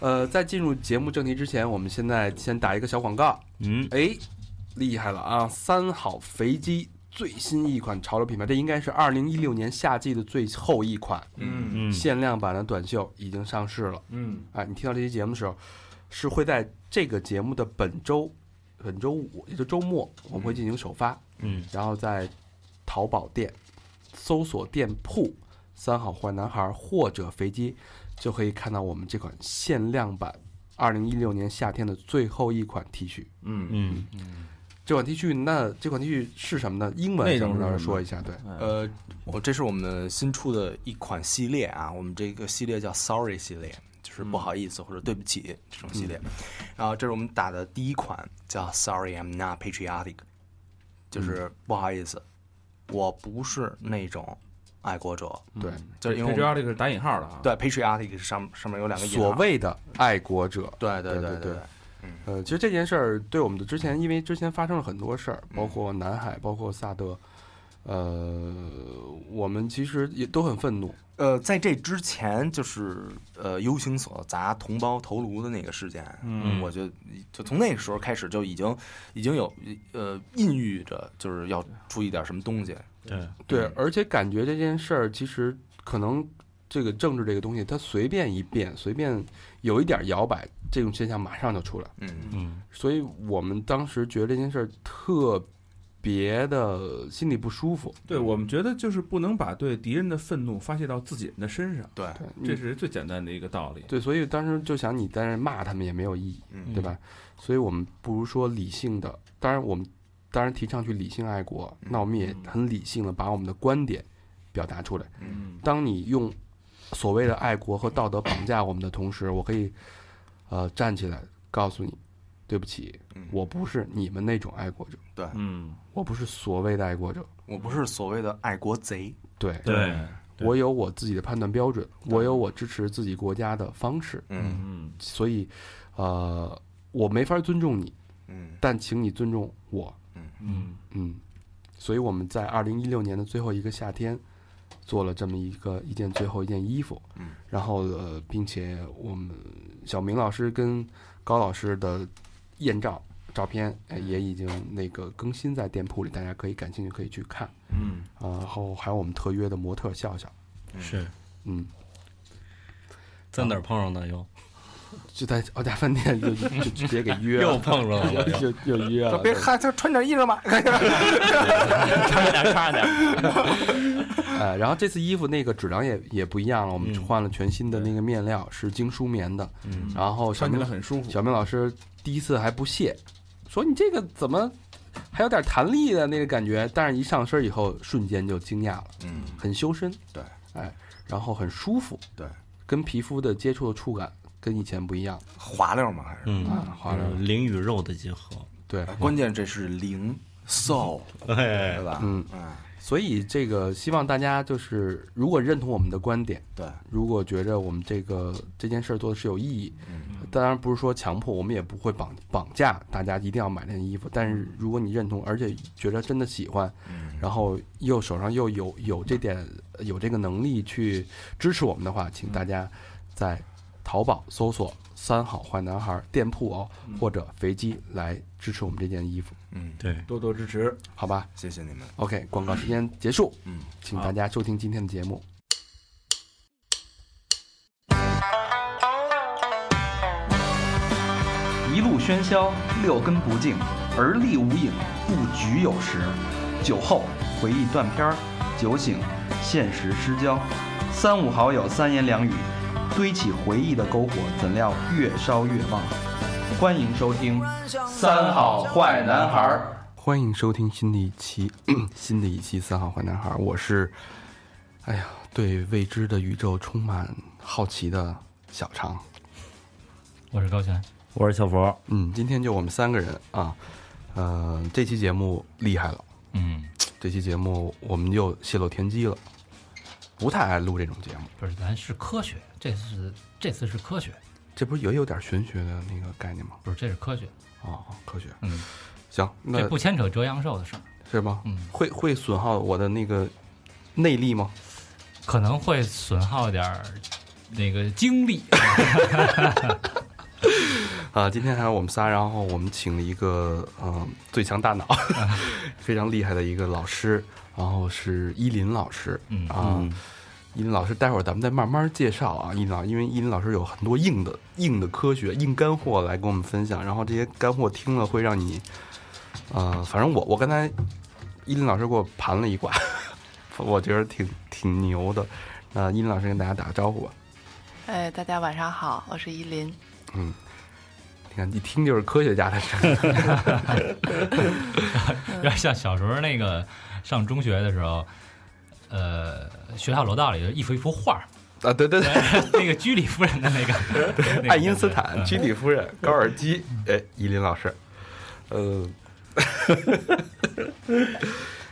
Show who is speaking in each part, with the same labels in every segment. Speaker 1: 呃，在进入节目正题之前，我们现在先打一个小广告。
Speaker 2: 嗯，
Speaker 1: 哎，厉害了啊！三好肥鸡最新一款潮流品牌，这应该是二零一六年夏季的最后一款
Speaker 3: 嗯
Speaker 2: 嗯，
Speaker 1: 限量版的短袖已经上市了。
Speaker 3: 嗯
Speaker 1: 哎，你听到这期节目的时候，是会在这个节目的本周，本周五，也就周末，我们会进行首发，
Speaker 2: 嗯，
Speaker 1: 然后在淘宝店搜索店铺“三好坏男孩”或者“肥鸡”，就可以看到我们这款限量版二零一六年夏天的最后一款 T 恤。
Speaker 3: 嗯，
Speaker 2: 嗯，
Speaker 1: 这款 T 恤，那这款 T 恤是什么呢？英文
Speaker 4: 内
Speaker 1: 想
Speaker 4: 容是
Speaker 1: 不想
Speaker 4: 什么
Speaker 1: 说一下？对，
Speaker 4: 呃，我这是我们新出的一款系列啊，我们这个系列叫 Sorry 系列，就是不好意思或者对不起这种系列。然后这是我们打的第一款，叫 Sorry I'm Not Patriotic，就是不好意思，我不是那种爱国者，
Speaker 3: 嗯
Speaker 1: 对，
Speaker 4: 就是因为
Speaker 3: 这
Speaker 4: 我
Speaker 3: 主
Speaker 4: 们
Speaker 3: 要这个是打引号的啊。
Speaker 4: 对 Patriotic 是上上面有两个引
Speaker 1: 所
Speaker 4: 号
Speaker 1: 谓的爱国者，
Speaker 4: 对对
Speaker 1: 对对
Speaker 4: 对
Speaker 1: 对，呃，其实这件事儿对我们的之前，因为之前发生了很多事儿，包括南海，包括萨德，呃，我们其实也都很愤怒。
Speaker 4: 呃，在这之前就是呃，游行所砸同胞头颅的那个事件，
Speaker 3: 嗯
Speaker 4: 我就就从那个时候开始就已经已经有呃孕育着，就是要出一点什么东西。
Speaker 2: 对，
Speaker 1: 对，而且感觉这件事儿其实可能这个政治这个东西，它随便一变，随便有一点摇摆，这种现象马上就出来。
Speaker 4: 嗯
Speaker 2: 嗯，
Speaker 1: 所以我们当时觉得这件事儿特别的心里不舒服。
Speaker 3: 对，我们觉得就是不能把对敌人的愤怒发泄到自己人的身上，
Speaker 4: 对，
Speaker 1: 对，
Speaker 3: 这
Speaker 1: 你
Speaker 3: 是最简单的一个道理。
Speaker 1: 嗯对，所以当时就想你在那儿骂他们也没有意义。
Speaker 4: 嗯
Speaker 1: 对吧？所以我们不如说理性的，当然我们当然提倡去理性爱国，那我们也很理性的把我们的观点表达出来。
Speaker 3: 嗯
Speaker 1: 当你用所谓的爱国和道德绑架我们的同时，我可以呃站起来告诉你，对不起，
Speaker 4: 嗯
Speaker 1: 我不是你们那种爱国者，
Speaker 4: 对，
Speaker 3: 嗯，
Speaker 1: 我不是所谓的爱国者，
Speaker 4: 我不是所谓的爱国贼。
Speaker 1: 对。
Speaker 2: 对，
Speaker 3: 嗯
Speaker 1: 我有我自己的判断标准，我有我支持自己国家的方式，
Speaker 4: 嗯
Speaker 3: 嗯
Speaker 1: 所以，呃，我没法尊重你，
Speaker 4: 嗯
Speaker 1: 但请你尊重我。
Speaker 2: 嗯，
Speaker 1: 嗯，所以我们在二零一六年的最后一个夏天，做了这么一个一件最后一件衣服，
Speaker 4: 嗯，
Speaker 1: 然后呃，并且我们小明老师跟高老师的艳照照片，
Speaker 5: 嗯
Speaker 1: 哎，也已经那个更新在店铺里，大家可以感兴趣可以去看
Speaker 3: 嗯，
Speaker 1: 啊、然后还有我们特约的模特笑笑，
Speaker 2: 是
Speaker 1: 嗯，
Speaker 5: 在哪儿碰上的又
Speaker 1: 就在奥家饭店就就就直接给约
Speaker 5: 又
Speaker 1: 了，
Speaker 5: 碰上了我 又，
Speaker 1: 就就约了，
Speaker 4: 别害，他穿点衣裳吧。
Speaker 5: 差着点儿，差着点儿。
Speaker 1: 呃，然后这次衣服那个质量也也不一样了，我们
Speaker 5: 嗯
Speaker 1: 换了全新的那个面料，是精梳棉的。
Speaker 5: 嗯
Speaker 1: 然后哦小
Speaker 3: 穿起
Speaker 1: 明
Speaker 3: 来很舒服。
Speaker 1: 小明老师第一次还不屑，说你这个怎么还有点弹力的那个感觉？但是一上身以后，瞬间就惊讶了，
Speaker 4: 嗯
Speaker 1: 很修身，
Speaker 4: 对，
Speaker 1: 哎，然后很舒服，
Speaker 4: 对，
Speaker 1: 跟皮肤的接触的触感跟以前不一样，
Speaker 4: 滑溜嘛还是？
Speaker 1: 啊
Speaker 5: 嗯，
Speaker 1: 滑溜
Speaker 5: 嗯灵与肉的结合，
Speaker 1: 对，
Speaker 4: 关键这是零 soul，
Speaker 5: 哎
Speaker 4: 对，吧？
Speaker 1: 嗯，
Speaker 4: 嗯
Speaker 1: 所以这个希望大家就是如果认同我们的观点。
Speaker 4: 对，
Speaker 1: 如果觉着我们这个这件事儿做的是有意义，当然不是说强迫，我们也不会绑绑架大家一定要买那件衣服。但是如果你认同，而且觉着真的喜欢，
Speaker 4: 嗯
Speaker 1: 然后又手上又有有这点有这个能力去支持我们的话，请大家在淘宝搜索“三好坏男孩”店铺哦，或者肥鸡来支持我们这件衣服，
Speaker 4: 嗯，
Speaker 5: 对，
Speaker 3: 多多支持，
Speaker 1: 好吧
Speaker 4: 谢谢你们。
Speaker 1: ？OK，广告时间结束，
Speaker 4: 嗯，
Speaker 1: 请大家收听今天的节目。
Speaker 6: 一路喧嚣，六根不净，而立无影，不局有时。酒后回忆断片儿，酒醒现实失焦。三五好友三言两语，堆起回忆的篝火，怎料越烧越旺。欢迎收听《三好坏男孩儿》。
Speaker 1: 欢迎收听新的一期 新的一期《三好坏男孩》，我是，哎呀，对未知的宇宙充满好奇的小常。
Speaker 5: 我是高泉，
Speaker 2: 我是小佛，
Speaker 1: 嗯，今天就我们三个人啊，呃，这期节目厉害了，
Speaker 5: 嗯，
Speaker 1: 这期节目我们又泄露天机了，不太爱录这种节目，
Speaker 5: 不是，咱是科学，这次这次是科学，
Speaker 1: 这不是也有点玄学的那个概念吗？
Speaker 5: 不是，这是科学，
Speaker 1: 哦，科学，
Speaker 5: 嗯，
Speaker 1: 行，那
Speaker 5: 这不牵扯折阳寿的事儿，
Speaker 1: 是吗？
Speaker 5: 嗯
Speaker 1: 会会损耗我的那个内力吗？
Speaker 5: 可能会损耗点儿那个经 历，
Speaker 1: 啊，今天还有我们仨，然后我们请了一个嗯、呃最强大 脑非常厉害的一个老师，然后是依林老师
Speaker 5: 嗯
Speaker 1: 啊。依林老师，待会儿咱们再慢慢介绍啊。依林老，因为依林老师有很多硬的、硬的科学、硬干货来跟我们分享，然后这些干货听了会让你，呃，反正我我刚才依林老师给我盘了一卦， 我觉得挺挺牛的。那依林老师跟大家打个招呼吧。
Speaker 2: 哎，大家晚上好，我是依林。
Speaker 1: 你看，一听就是科学家的声音。
Speaker 5: 有点像小时候那个上中学的时候，呃，学校楼道里有一幅一幅画 儿，
Speaker 1: 啊，对对对，
Speaker 5: 那个居里夫人的 那个那个
Speaker 1: 爱因斯
Speaker 5: 感觉
Speaker 1: 坦、
Speaker 5: 嗯
Speaker 1: 居里夫人、高尔基，哎，依林老师，呃，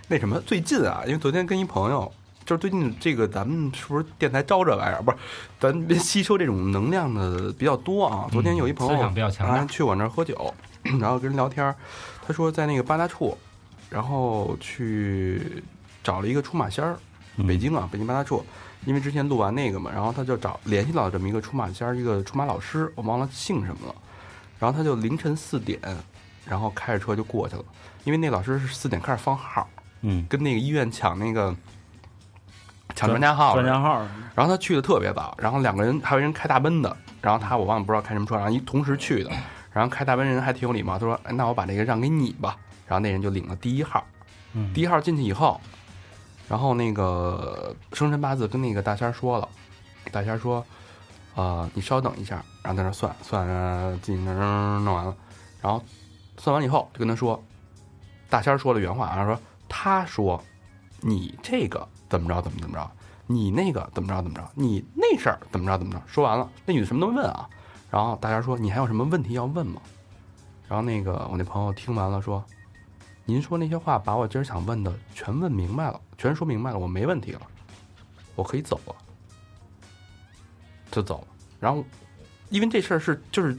Speaker 1: 那什么，最近啊，因为昨天跟一朋友，就是最近这个咱们是不是电台招这玩意儿？不是，咱们吸收这种能量的比较多啊。昨天有一朋
Speaker 5: 嗯思
Speaker 1: 友
Speaker 5: 想比较强
Speaker 1: 啊
Speaker 5: 大，
Speaker 1: 去我那儿喝酒，然后跟人聊天儿，他说在那个八大处，然后去找了一个出马仙儿，
Speaker 5: 嗯
Speaker 1: 北京啊，北京八大处，因为之前录完那个嘛，然后他就找联系到这么一个出马仙儿，一个出马老师，我忘了姓什么了。然后他就凌晨四点，然后开着车就过去了，因为那老师是四点开始放号，
Speaker 7: 嗯，
Speaker 1: 跟那个医院抢那个抢专家号似的，
Speaker 7: 专家号，
Speaker 1: 然后他去的特别早，然后两个人还有一人开大奔的，然后他我忘了不知道开什么车，然后一同时去的，然后开大奔人还挺有礼貌，他说、哎那我把这个让给你吧，然后那人就领了第一号，
Speaker 7: 嗯
Speaker 1: 第一号进去以后，然后那个呃生辰八字跟那个大仙儿说了，大仙儿说，呃，你稍等一下，然后在那儿算算，呃进去弄完了，然后算完以后就跟他说，大仙儿说了原话，啊然后说他说你这个怎么着怎么怎么着。你那个怎么着怎么着，你那事儿怎么着怎么着。说完了，那女的什么都没问啊。然后大家说你还有什么问题要问吗？然后那个我那朋友听完了说，您说那些话把我今儿想问的全问明白了，全说明白了，我没问题了，我可以走了，就走了。然后因为这事儿是就是。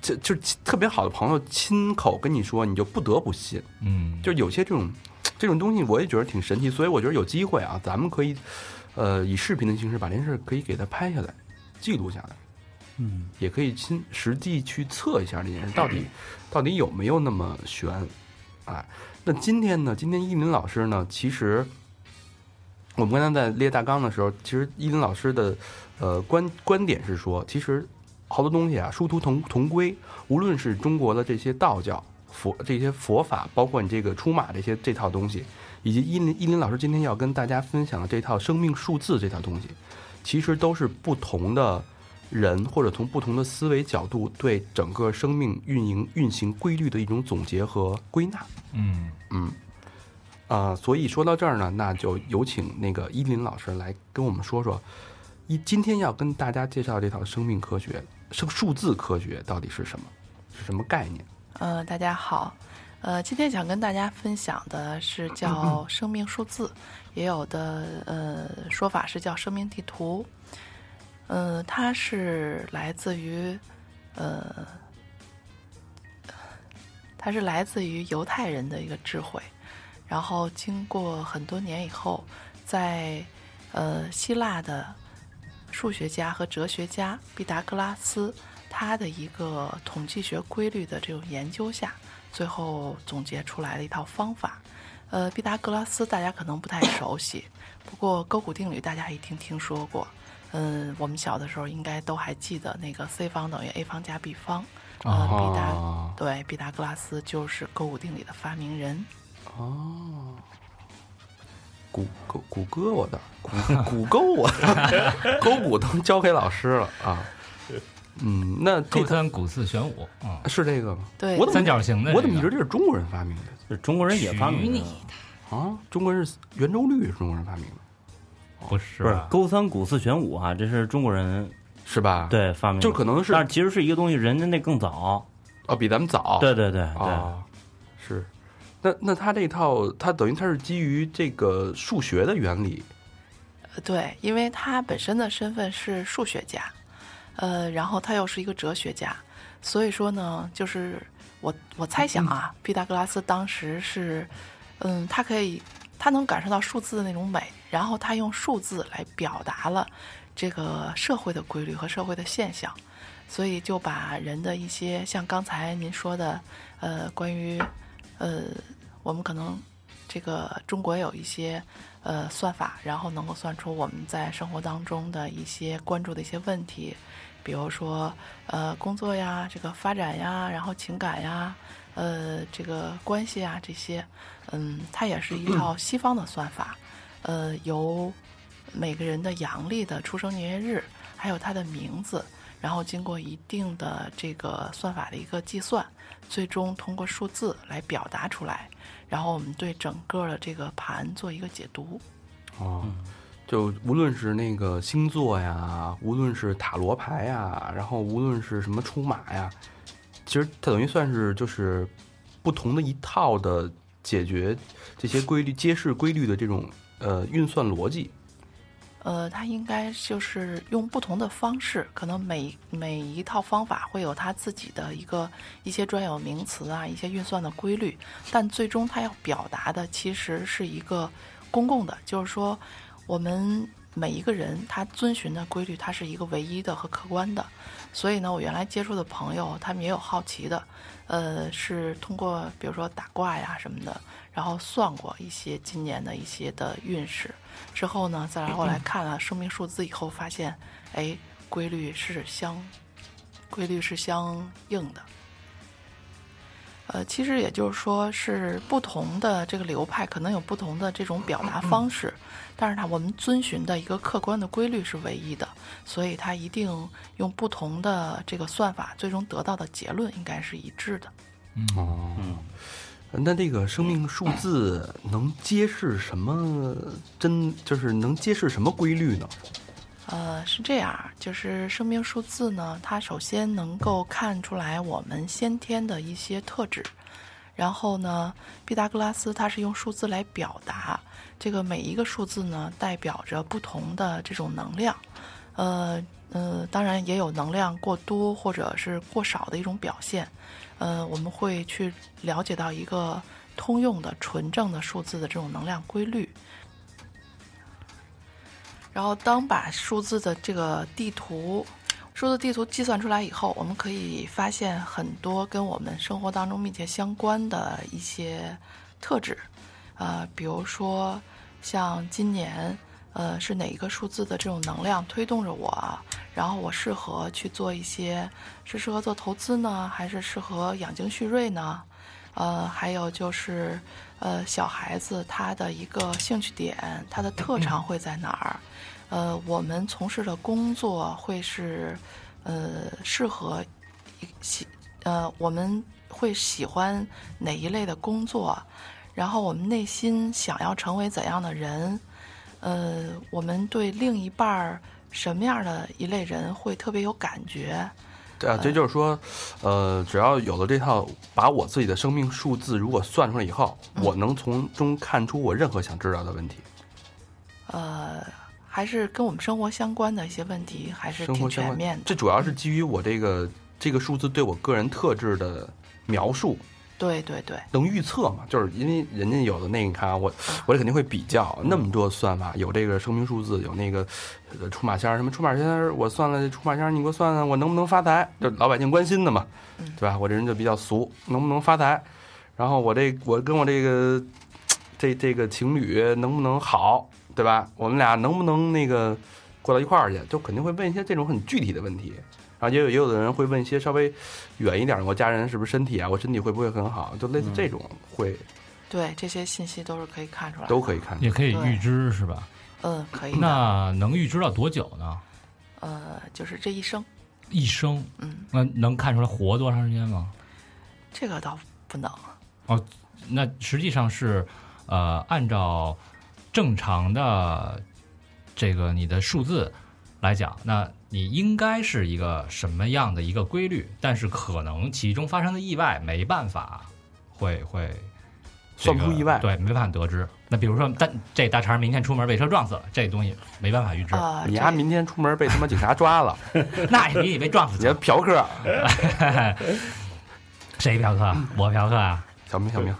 Speaker 1: 这就是亲特别好的朋友亲口跟你说，你就不得不信。
Speaker 5: 嗯，
Speaker 1: 就有些这种这种东西，我也觉得挺神奇，所以我觉得有机会啊，咱们可以呃以视频的形式把这件事可以给它拍下来，记录下来，
Speaker 7: 嗯，
Speaker 1: 也可以亲实际去测一下这件事到底到底有没有那么悬。哎，那今天呢？今天依林老师呢？其实我们刚才在列大纲的时候，其实依林老师的呃观观点是说，其实好多东西啊，殊途同同归。无论是中国的这些道教、佛这些佛法，包括你这个出马这些这套东西，以及依林依林老师今天要跟大家分享的这套生命数字这套东西，其实都是不同的人或者从不同的思维角度对整个生命运营运行规律的一种总结和归纳。
Speaker 5: 嗯，
Speaker 1: 嗯，啊、所以说到这儿呢，那就有请那个依林老师来跟我们说说，一今天要跟大家介绍这套生命科学、生数字科学到底是什么，是什么概念？
Speaker 2: 呃，大家好，呃，今天想跟大家分享的是叫生命数字，也有的呃说法是叫生命地图。呃，它是来自于呃，它是来自于犹太人的一个智慧，然后经过很多年以后，在呃希腊的数学家和哲学家毕达哥拉斯他的一个统计学规律的这种研究下，最后总结出来了一套方法。呃，毕达哥拉斯大家可能不太熟悉，不过勾股定律大家一定听说过。嗯，我们小的时候应该都还记得那个 c 方等于 a 方加 b 方。呃，毕达
Speaker 1: 啊，
Speaker 2: 对毕达哥拉斯就是勾股定理的发明人。
Speaker 1: 哦，谷歌谷歌我的谷谷歌我的 勾股都交给老师了啊。嗯，那这
Speaker 5: 勾
Speaker 1: 套
Speaker 5: 三股四玄武，嗯，
Speaker 1: 是这个吗？
Speaker 2: 对，
Speaker 1: 我怎么
Speaker 5: 三角形的这个，
Speaker 1: 我怎么觉得这是中国人发明的？
Speaker 7: 这中国人也发
Speaker 5: 娶
Speaker 7: 明
Speaker 5: 你
Speaker 7: 的，
Speaker 1: 啊，中国人是圆周率是中国人发明的，
Speaker 5: 不是
Speaker 7: 不是
Speaker 5: 吧
Speaker 7: 勾三股四玄武啊，这是中国人
Speaker 1: 是吧？，
Speaker 7: 对发明的，
Speaker 1: 就可能是
Speaker 7: 但是其实是一个东西，人家那更早，
Speaker 1: 哦，比咱们早。
Speaker 7: 对对对对，
Speaker 1: 啊，是。那那他这套，他等于他是基于这个数学的原理，
Speaker 2: 对，因为他本身的身份是数学家，呃，然后他又是一个哲学家，所以说呢，就是我我猜想啊，毕达哥拉斯当时是，嗯，他可以，他能感受到数字的那种美，然后他用数字来表达了这个社会的规律和社会的现象，所以就把人的一些像刚才您说的，呃，关于呃，我们可能这个中国有一些呃算法，然后能够算出我们在生活当中的一些关注的一些问题，比如说呃工作呀、这个发展呀，然后情感呀，呃这个关系呀这些，嗯，它也是一套西方的算法，呃由每个人的阳历的出生年月日，还有他的名字，然后经过一定的这个算法的一个计算，最终通过数字来表达出来，然后我们对整个的这个盘做一个解读。
Speaker 1: 哦，就无论是那个星座呀，无论是塔罗牌呀，然后无论是什么出马呀，其实它等于算是就是不同的一套的解决这些规律、揭示规律的这种呃运算逻辑。
Speaker 2: 呃，它应该就是用不同的方式，可能每每一套方法会有它自己的一个一些专有名词啊，一些运算的规律，但最终它要表达的其实是一个公共的，就是说我们每一个人他遵循的规律，它是一个唯一的和客观的。所以呢，我原来接触的朋友，他们也有好奇的，呃，是通过比如说打卦呀什么的，然后算过一些今年的一些的运势。之后呢，再然后来看了生命数字以后，发现，哎，规律是相，规律是相应的。呃，其实也就是说，是不同的这个流派可能有不同的这种表达方式，但是它我们遵循的一个客观的规律是唯一的，所以它一定用不同的这个算法，最终得到的结论应该是一致的。
Speaker 1: 哦，那这个生命数字能揭示什么真？就是能揭示什么规律呢？
Speaker 2: 呃，是这样，就是生命数字呢，它首先能够看出来我们先天的一些特质，然后呢，毕达哥拉斯它是用数字来表达，这个每一个数字呢代表着不同的这种能量，呃呃，当然也有能量过多或者是过少的一种表现，呃，我们会去了解到一个通用的纯正的数字的这种能量规律，然后当把数字的这个地图，数字地图计算出来以后，我们可以发现很多跟我们生活当中密切相关的一些特质，呃，比如说像今年，呃，是哪一个数字的这种能量推动着我，啊然后我适合去做一些，是适合做投资呢，还是适合养精蓄锐呢？呃，还有就是，呃，小孩子他的一个兴趣点，他的特长会在哪儿？呃，我们从事的工作会是，呃，适合一喜，呃，我们会喜欢哪一类的工作？然后我们内心想要成为怎样的人？呃，我们对另一半儿什么样的一类人会特别有感觉？
Speaker 1: 对
Speaker 2: 哎
Speaker 1: 啊，这就是说，呃，只要有了这套，把我自己的生命数字如果算出来以后，我能从中看出我任何想知道的问题，
Speaker 2: 呃，还是跟我们生活相关的一些问题，还是
Speaker 1: 生活
Speaker 2: 挺
Speaker 1: 相
Speaker 2: 全面
Speaker 1: 关
Speaker 2: 的。。
Speaker 1: 这主要是基于我这个这个数字对我个人特质的描述，
Speaker 2: 对对对，
Speaker 1: 能预测嘛？就是因为人家有的那个，你看啊，我我这肯定会比较那么多算法，有这个生命数字，有那个呃出马仙儿，什么出马仙儿，我算了这出马仙儿，你给我算算我能不能发财？就老百姓关心的嘛
Speaker 2: 嗯，
Speaker 1: 对吧？我这人就比较俗，能不能发财？然后我这我跟我这个这这个情侣能不能好，对吧？我们俩能不能那个过到一块儿去？就肯定会问一些这种很具体的问题。然后也有也有的人会问一些稍微远一点，我家人是不是身体啊？我身体会不会很好？就类
Speaker 2: 嗯
Speaker 1: 似这种会
Speaker 2: 对，这些信息都是可以看出来的，
Speaker 1: 都可以看。
Speaker 5: 也可以预知是吧？
Speaker 2: 嗯，
Speaker 1: 哎
Speaker 2: 可以的。
Speaker 5: 那能预知到多久呢？
Speaker 2: 呃，就是这一生，
Speaker 5: 一生，
Speaker 2: 嗯，
Speaker 5: 那能看出来活多长时间吗？
Speaker 2: 这个倒不能。
Speaker 5: 那实际上是，呃，按照正常的这个你的数字来讲，那你应该是一个什么样的一个规律？但是可能其中发生的意外没办法会会、这
Speaker 1: 算
Speaker 5: 个
Speaker 1: 不出意外
Speaker 5: 对，没办法得知。那比如说，但这大肠明天出门被车撞死了，这东西没办法预知，
Speaker 2: 啊，
Speaker 1: 你
Speaker 2: 这
Speaker 1: 丫明天出门被他妈警察抓 了，
Speaker 5: 那你也被撞死
Speaker 1: 你这
Speaker 5: 去。
Speaker 1: 嫖客，
Speaker 5: 谁嫖客啊？我嫖客啊？
Speaker 1: 小明小明，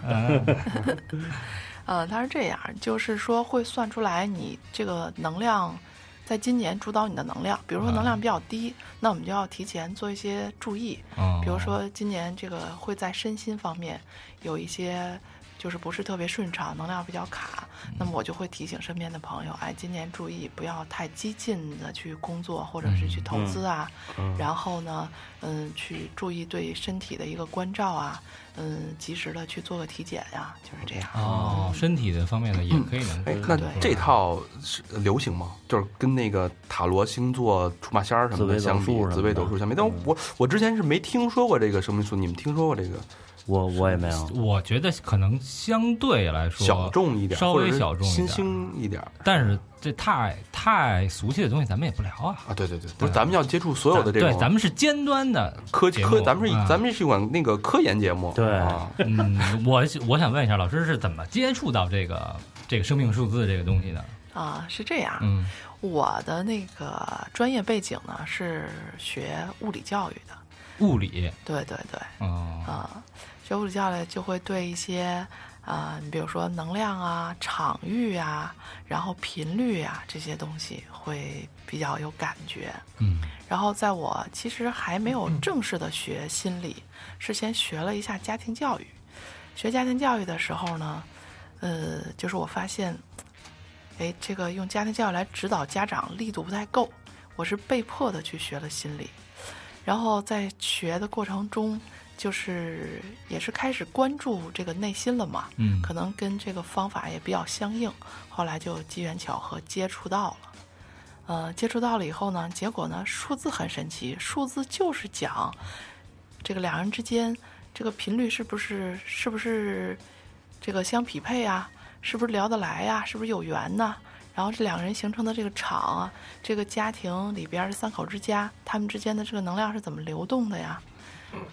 Speaker 2: 呃，它是这样，就是说会算出来你这个能量在今年主导你的能量。比如说
Speaker 5: 嗯
Speaker 2: 能量比较低，那我们就要提前做一些注意，
Speaker 5: 嗯，
Speaker 2: 比如说今年这个会在身心方面有一些就是不是特别顺畅，能量比较卡，那么我就会提醒身边的朋友，哎，今年注意不要太激进的去工作或者是去投资啊，然后呢，嗯，去注意对身体的一个关照啊，嗯，及时的去做个体检呀、就是这样。
Speaker 5: 哦，身体的方面呢，也可以能够
Speaker 1: 嗯哎，那
Speaker 5: 看出来。
Speaker 1: 这套是流行吗？就是跟那个塔罗星座、出马仙儿什么的
Speaker 7: 紫微斗
Speaker 1: 相
Speaker 7: 数
Speaker 1: 比
Speaker 7: 什，么
Speaker 1: 紫微斗
Speaker 7: 的
Speaker 1: 数相比。
Speaker 5: 嗯
Speaker 1: 但我我之前是没听说过这个生命数，你们听说过这个
Speaker 7: 我我也没有，
Speaker 5: 我觉得可能相对来说
Speaker 1: 小，众一点，
Speaker 5: 稍
Speaker 1: 或者
Speaker 5: 微
Speaker 1: 是
Speaker 5: 小众一
Speaker 1: 新
Speaker 5: 点
Speaker 1: 兴一点儿
Speaker 5: 但是这太太俗气的东西，咱们也不聊啊。
Speaker 1: 啊？对对对，不是，咱们要接触所有的这
Speaker 5: 对，咱
Speaker 1: 种
Speaker 5: 们是尖端的。
Speaker 1: 科
Speaker 5: 节目
Speaker 1: 科，咱们是
Speaker 5: 啊
Speaker 1: 一咱们是一款那个科研节目，
Speaker 7: 对
Speaker 1: 啊，
Speaker 5: 嗯， 我我想问一下，老师是怎么接触到这个这个生命数字这个东西的？
Speaker 2: 啊，是这样。
Speaker 5: 嗯
Speaker 2: 我的那个专业背景呢是学物理教育的，
Speaker 5: 物理，
Speaker 2: 对对对。
Speaker 5: 嗯，
Speaker 2: 啊、学物理教育就会对一些啊、你比如说能量啊、场域啊，然后频率啊这些东西会比较有感觉。
Speaker 5: 嗯，
Speaker 2: 然后在我其实还没有正式的学心理，是先学了一下家庭教育。学家庭教育的时候呢，呃，就是我发现，哎，这个用家庭教育来指导家长力度不太够，我是被迫的去学了心理。然后在学的过程中，就是也是开始关注这个内心了嘛，
Speaker 5: 嗯
Speaker 2: 可能跟这个方法也比较相应，后来就机缘巧合接触到了。呃，接触到了以后呢，结果呢，数字很神奇，数字就是讲这个两人之间这个频率是不是是不是这个相匹配啊，是不是聊得来呀、是不是有缘呐、然后这两个人形成的这个场啊，这个家庭里边儿三口之家，他们之间的这个能量是怎么流动的呀？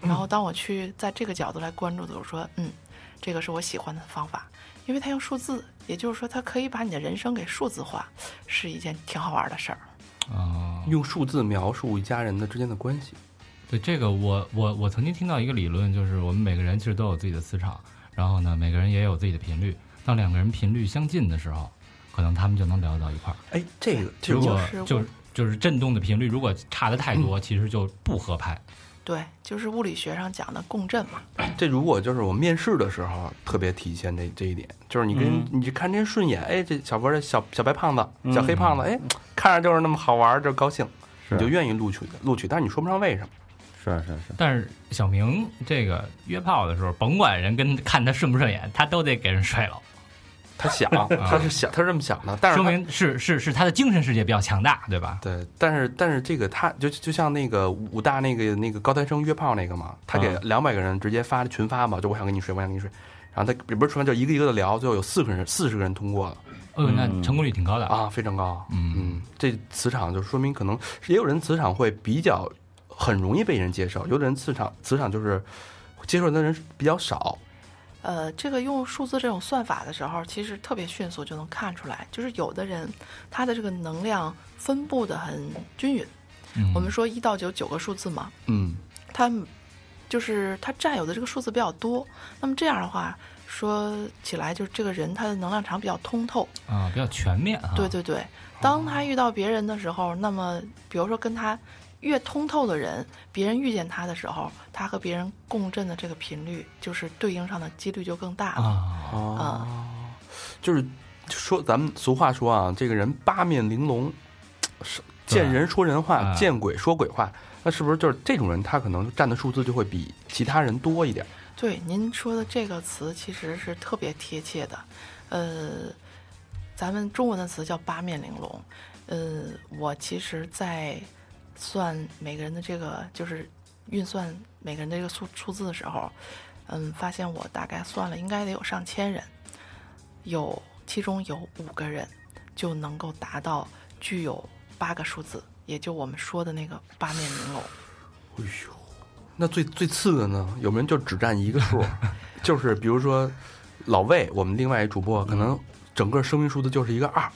Speaker 2: 然后当我去在这个角度来关注的，我说，嗯，这个是我喜欢的方法，因为它用数字，也就是说，它可以把你的人生给数字化，是一件挺好玩的事儿。
Speaker 5: 哦，
Speaker 1: 用数字描述一家人的之间的关系。
Speaker 5: 对这个我，我我曾经听到一个理论，就是我们每个人其实都有自己的磁场，然后呢，每个人也有自己的频率。当两个人频率相近的时候，可能他们就能聊到一块儿。
Speaker 1: 哎，这个这
Speaker 5: 如
Speaker 1: 个
Speaker 5: 果
Speaker 2: 就是嗯
Speaker 5: 就就是振动的频率，如果差的太多，其实就不合拍。
Speaker 2: 对，就是物理学上讲的共振嘛。
Speaker 1: 这如果就是我面试的时候特别体现这这一点，就是你跟、
Speaker 7: 嗯
Speaker 1: 你就看这顺眼，哎，这小波这小小白胖子、小黑胖子，哎，看着就是那么好玩儿，就是高兴，
Speaker 7: 是
Speaker 1: 你就愿意录取录取，但是你说不上为什么。
Speaker 7: 是是是，
Speaker 5: 但是小明这个约炮的时候，甭管人跟看他顺不顺眼，他都得给人睡了，
Speaker 1: 他想，他是想，他是这么想的，但是
Speaker 5: 说
Speaker 1: 他
Speaker 5: 明是是是他的精神世界比较强大，对吧？
Speaker 1: 对，但是但是这个他就就像那个武大那个那个高材生约炮那个嘛，他给两百个人直接发群发嘛，就我想跟你睡，我想跟你睡，然后他也不是群发，就一个一个的聊，最后有四个人四十个人通过了
Speaker 5: 哦，那
Speaker 7: 嗯
Speaker 5: 成功率挺高的。
Speaker 1: 啊，非常高。
Speaker 5: 嗯，
Speaker 1: 嗯，这磁场就说明可能是也有人磁场会比较很容易被人接受，有的人磁场磁场就是接受的人比较少。
Speaker 2: 呃，这个用数字这种算法的时候，其实特别迅速就能看出来，就是有的人他的这个能量分布的很均匀。
Speaker 5: 嗯
Speaker 2: 我们说一到九九个数字嘛，
Speaker 1: 嗯，
Speaker 2: 他们就是他占有的这个数字比较多。那么这样的话，说起来就是这个人他的能量场比较通透。
Speaker 5: 啊比较全面啊。
Speaker 2: 对对对，当他遇到别人的时候，那么比如说跟他越通透的人，别人遇见他的时候，他和别人共振的这个频率，就是对应上的几率就更大了。
Speaker 5: 啊，
Speaker 1: 哦
Speaker 2: 啊，
Speaker 1: 就是说咱们俗话说啊，这个人八面玲珑，是
Speaker 5: 对
Speaker 1: 见人说人话，
Speaker 5: 哎
Speaker 1: 见鬼说鬼话。那是不是就是这种人，他可能占的数字就会比其他人多一点？
Speaker 2: 对，您说的这个词其实是特别贴切的，呃，咱们中文的词叫八面玲珑，呃，我其实，在算每个人的这个就是运算每个人的这个数数字的时候，嗯，发现我大概算了应该得有上千人，有其中有五个人就能够达到具有八个数字，也就我们说的那个八面玲珑。
Speaker 1: 哎呦，那最最次的呢？有没有人就只占一个数？就是比如说老魏，我们另外一主播，可能整个生命数字就是一个二，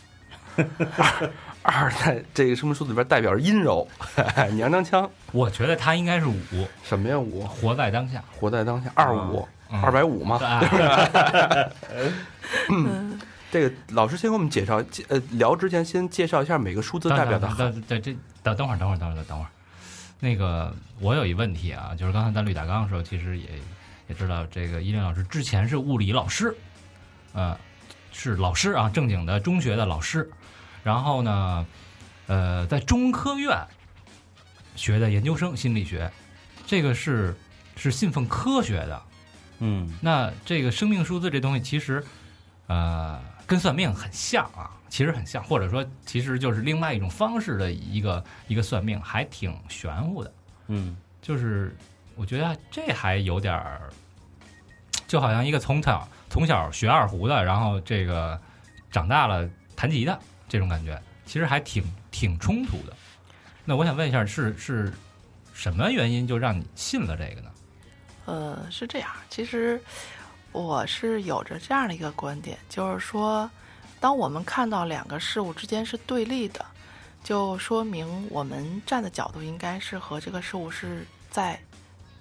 Speaker 1: 二二在这个生命数字里边代表着阴柔， 娘娘腔。
Speaker 5: 我觉得他应该是五，
Speaker 1: 什么呀？五
Speaker 5: 活在当下。
Speaker 1: 活在当下，二五、
Speaker 5: 嗯
Speaker 1: 二百五嘛。
Speaker 5: 啊，
Speaker 1: 这个老师先给我们介绍，介呃，聊之前先介绍一下每个数字代表的含
Speaker 5: 等等这等等会儿等会儿等会儿等会儿，那个我有一问题啊，就是刚才在绿打纲的时候，其实也也知道这个依林老师之前是物理老师，呃，是老师啊，正经的中学的老师，然后呢，呃，在中科院学的研究生心理学，这个是是信奉科学的，
Speaker 7: 嗯，
Speaker 5: 那这个生命数字这东西，其实，呃，跟算命很像啊，其实很像，或者说，其实就是另外一种方式的一个一个算命，还挺玄乎的。
Speaker 7: 嗯，
Speaker 5: 就是我觉得这还有点儿，就好像一个从小从小学二胡的，然后这个长大了弹吉的这种感觉，其实还挺挺冲突的。那我想问一下，是是什么原因就让你信了这个呢？
Speaker 2: 呃，是这样，其实我是有着这样的一个观点，就是说，当我们看到两个事物之间是对立的，就说明我们站的角度应该是和这个事物是在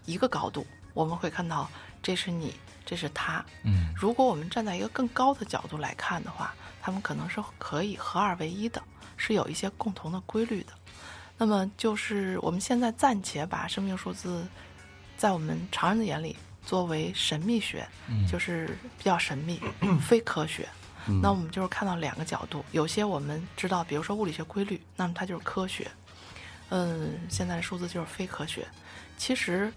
Speaker 2: 一个高度，我们会看到这是你，这是他。
Speaker 5: 嗯
Speaker 2: 如果我们站在一个更高的角度来看的话，他们可能是可以合二为一的，是有一些共同的规律的。那么就是我们现在暂且把生命数字，在我们常人的眼里作为神秘学，
Speaker 5: 嗯
Speaker 2: 就是比较神秘、非科学。那我们就是看到两个角度，有些我们知道，比如说物理学规律，那么它就是科学。嗯，现在的数字就是非科学。其实，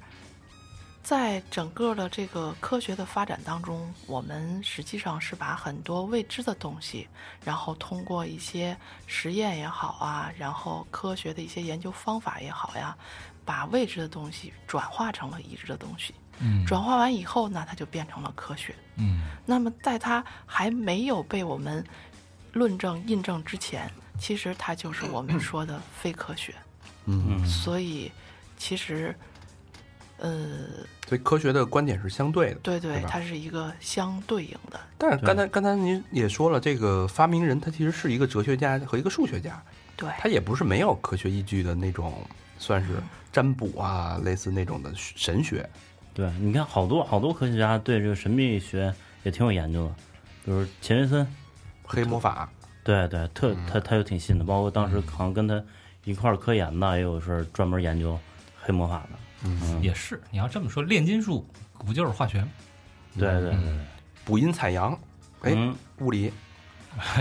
Speaker 2: 在整个的这个科学的发展当中，我们实际上是把很多未知的东西，然后通过一些实验也好啊，然后科学的一些研究方法也好呀，把未知的东西转化成了已知的东西。
Speaker 5: 嗯
Speaker 2: 转化完以后呢，它就变成了科学。
Speaker 5: 嗯
Speaker 2: 那么在它还没有被我们论证印证之前，其实它就是我们说的非科学。
Speaker 1: 嗯，
Speaker 2: 所以，其实，呃，
Speaker 1: 所以科学的观点是相对的。
Speaker 2: 对对，
Speaker 1: 吧
Speaker 2: 它是一个相对应的。
Speaker 1: 但是刚才刚才您也说了，这个发明人他其实是一个哲学家和一个数学家，
Speaker 2: 对，
Speaker 1: 他也不是没有科学依据的那种，算是占卜啊，类似那种的神学。
Speaker 7: 对，你看好多好多科学家对这个神秘学也挺有研究的，比如钱学森，
Speaker 1: 黑魔法，
Speaker 7: 对对，特
Speaker 1: 嗯
Speaker 7: 他他就挺信的，包括当时好像跟他一块儿科研的，也有是专门研究黑魔法的，
Speaker 5: 也是，你要这么说，炼金术不就是化学吗？
Speaker 7: 对对对，
Speaker 1: 嗯补阴采阳，哎，
Speaker 7: 嗯，
Speaker 1: 物理、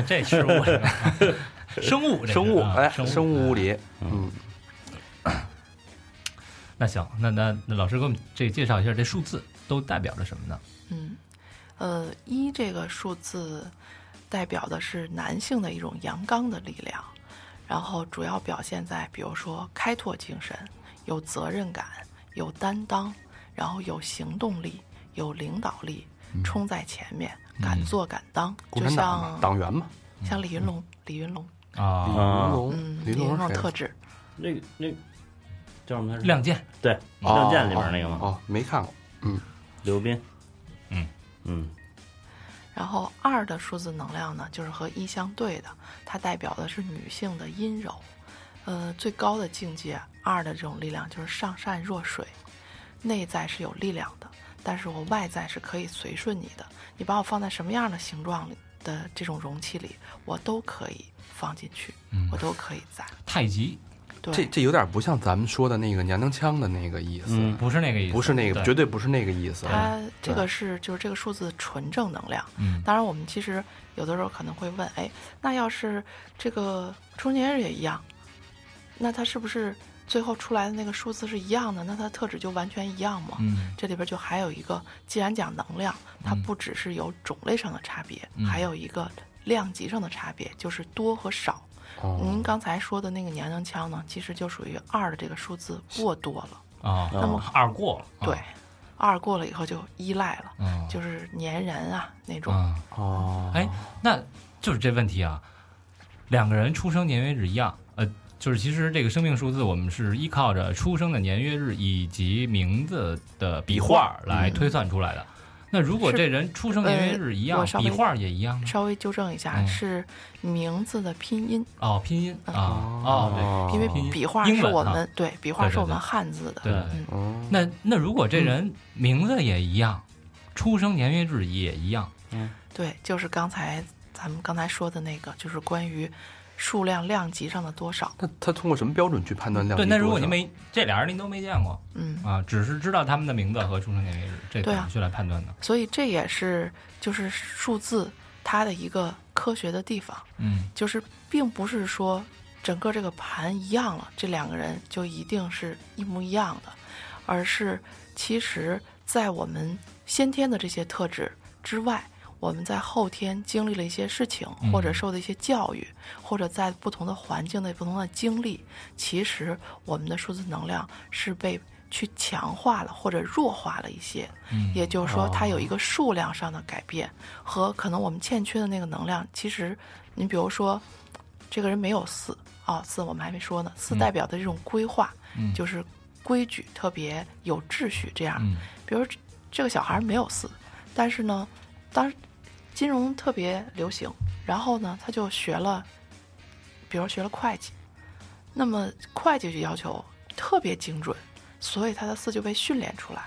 Speaker 5: 这是物理啊， 生物，这是
Speaker 1: 生物，
Speaker 5: 啊
Speaker 1: 哎，
Speaker 5: 生
Speaker 1: 生物物
Speaker 5: 理。
Speaker 1: 理，嗯，
Speaker 5: 那行，那那那老师给我们这介绍一下，这数字都代表着什么呢？
Speaker 2: 嗯，呃，一这个数字代表的是男性的一种阳刚的力量，然后主要表现在比如说开拓精神、有责任感、有担当，然后有行动力、有领导力，冲在前面，敢做敢当，
Speaker 1: 嗯共
Speaker 2: 就
Speaker 1: 产党嘛，
Speaker 2: 像
Speaker 1: 党员嘛，
Speaker 2: 像李云龙，李云龙，
Speaker 5: 啊，
Speaker 7: 啊
Speaker 1: 李云龙，
Speaker 2: 嗯，
Speaker 1: 李
Speaker 2: 李
Speaker 1: 云
Speaker 2: 云
Speaker 1: 龙
Speaker 2: 龙
Speaker 1: 是谁
Speaker 2: 特
Speaker 1: 啊？
Speaker 2: 质，
Speaker 7: 那个那个叫什么来着？
Speaker 5: 亮剑，
Speaker 7: 对
Speaker 1: 哦
Speaker 7: 亮剑里边那个嘛，
Speaker 1: 哦，没看过，
Speaker 7: 刘斌，
Speaker 5: 嗯
Speaker 7: 嗯，
Speaker 2: 然后二的数字能量呢，就是和一相对的，它代表的是女性的阴柔。呃，最高的境界二的这种力量就是上善若水，内在是有力量的，但是我外在是可以随顺你的。你把我放在什么样的形状里的这种容器里，我都可以放进去，我都可以在。
Speaker 5: 太极
Speaker 1: 这
Speaker 2: 对，
Speaker 1: 这有点不像咱们说的那个娘娘腔的那个意思，
Speaker 7: 嗯
Speaker 5: 不是那个意思，
Speaker 1: 不是那个，绝对
Speaker 5: 对，
Speaker 1: 不是那个意思。
Speaker 2: 它这个是就是这个数字纯正能量。
Speaker 5: 嗯
Speaker 2: 当然，我们其实有的时候可能会问，哎，那要是这个中间日也一样，那它是不是最后出来的那个数字是一样的？那它特质就完全一样吗？
Speaker 5: 嗯
Speaker 2: 这里边就还有一个，既然讲能量，它不只是有种类上的差别，
Speaker 5: 嗯
Speaker 2: 还有一个量级上的差别，就是多和少。
Speaker 1: 哦
Speaker 5: 哦
Speaker 2: 您刚才说的那个娘娘腔呢，其实就属于二的这个数字过多了，
Speaker 5: 啊，
Speaker 7: 那么
Speaker 5: 二过了，啊
Speaker 2: 对，二过了以后就依赖了，
Speaker 5: 嗯
Speaker 2: 就是粘人啊那种。
Speaker 5: 啊，
Speaker 1: 哦，
Speaker 5: 哎，那就是这问题啊，两个人出生年月日一样，呃，就是其实这个生命数字，我们是依靠着出生的年月日以及名字的笔画嗯来推算出来的。那如果
Speaker 2: 是
Speaker 5: 这人出生年月日一样
Speaker 2: 呃我，稍微
Speaker 5: 笔画也一样呢？
Speaker 2: 稍微纠正一下，
Speaker 5: 嗯
Speaker 2: 是名字的拼音，
Speaker 5: 哦，拼音啊，哦，
Speaker 1: 哦
Speaker 2: 因为
Speaker 5: 拼音
Speaker 2: 笔画
Speaker 5: 英
Speaker 2: 是
Speaker 5: 文
Speaker 2: 我
Speaker 5: 啊
Speaker 2: 们对笔画
Speaker 5: 对
Speaker 2: 是
Speaker 5: 对
Speaker 2: 我们
Speaker 5: 对
Speaker 2: 汉字的，
Speaker 5: 对对
Speaker 2: 嗯，
Speaker 1: 哦
Speaker 5: 那那如果这人名字也一样，出生年月日也一样，
Speaker 2: 对，就是刚才咱们刚才说的那个，就是关于数量量级上的多少。
Speaker 1: 那他通过什么标准去判断量级
Speaker 5: 对，
Speaker 1: 多少？
Speaker 5: 那如果您没这俩人您都没见过
Speaker 2: 嗯，
Speaker 5: 啊，只是知道他们的名字和出生年月日，这
Speaker 2: 对
Speaker 5: 怎
Speaker 2: 啊
Speaker 5: 么去来判断呢？
Speaker 2: 所以这也是就是数字它的一个科学的地方，
Speaker 5: 嗯
Speaker 2: 就是并不是说整个这个盘一样了，这两个人就一定是一模一样的，而是其实在我们先天的这些特质之外。我们在后天经历了一些事情，
Speaker 5: 嗯
Speaker 2: 或者受的一些教育，或者在不同的环境内、不同的经历，其实我们的数字能量是被去强化了或者弱化了一些。
Speaker 5: 嗯
Speaker 2: 也就是说，它有一
Speaker 5: 个
Speaker 2: 个数量上的改变和可能我们欠缺的那个能量。其实，你比如说，这个人没有四啊，四我们还没说呢，四
Speaker 5: 嗯
Speaker 2: 代表的这种规划，
Speaker 5: 嗯
Speaker 2: 就是规矩特别有秩序这样。
Speaker 5: 嗯
Speaker 2: 比如这这个小孩没有四，但是呢，当金融特别流行，然后呢，他就学了，比如学了会计，那么会计就要求特别精准，所以他的四就被训练出来。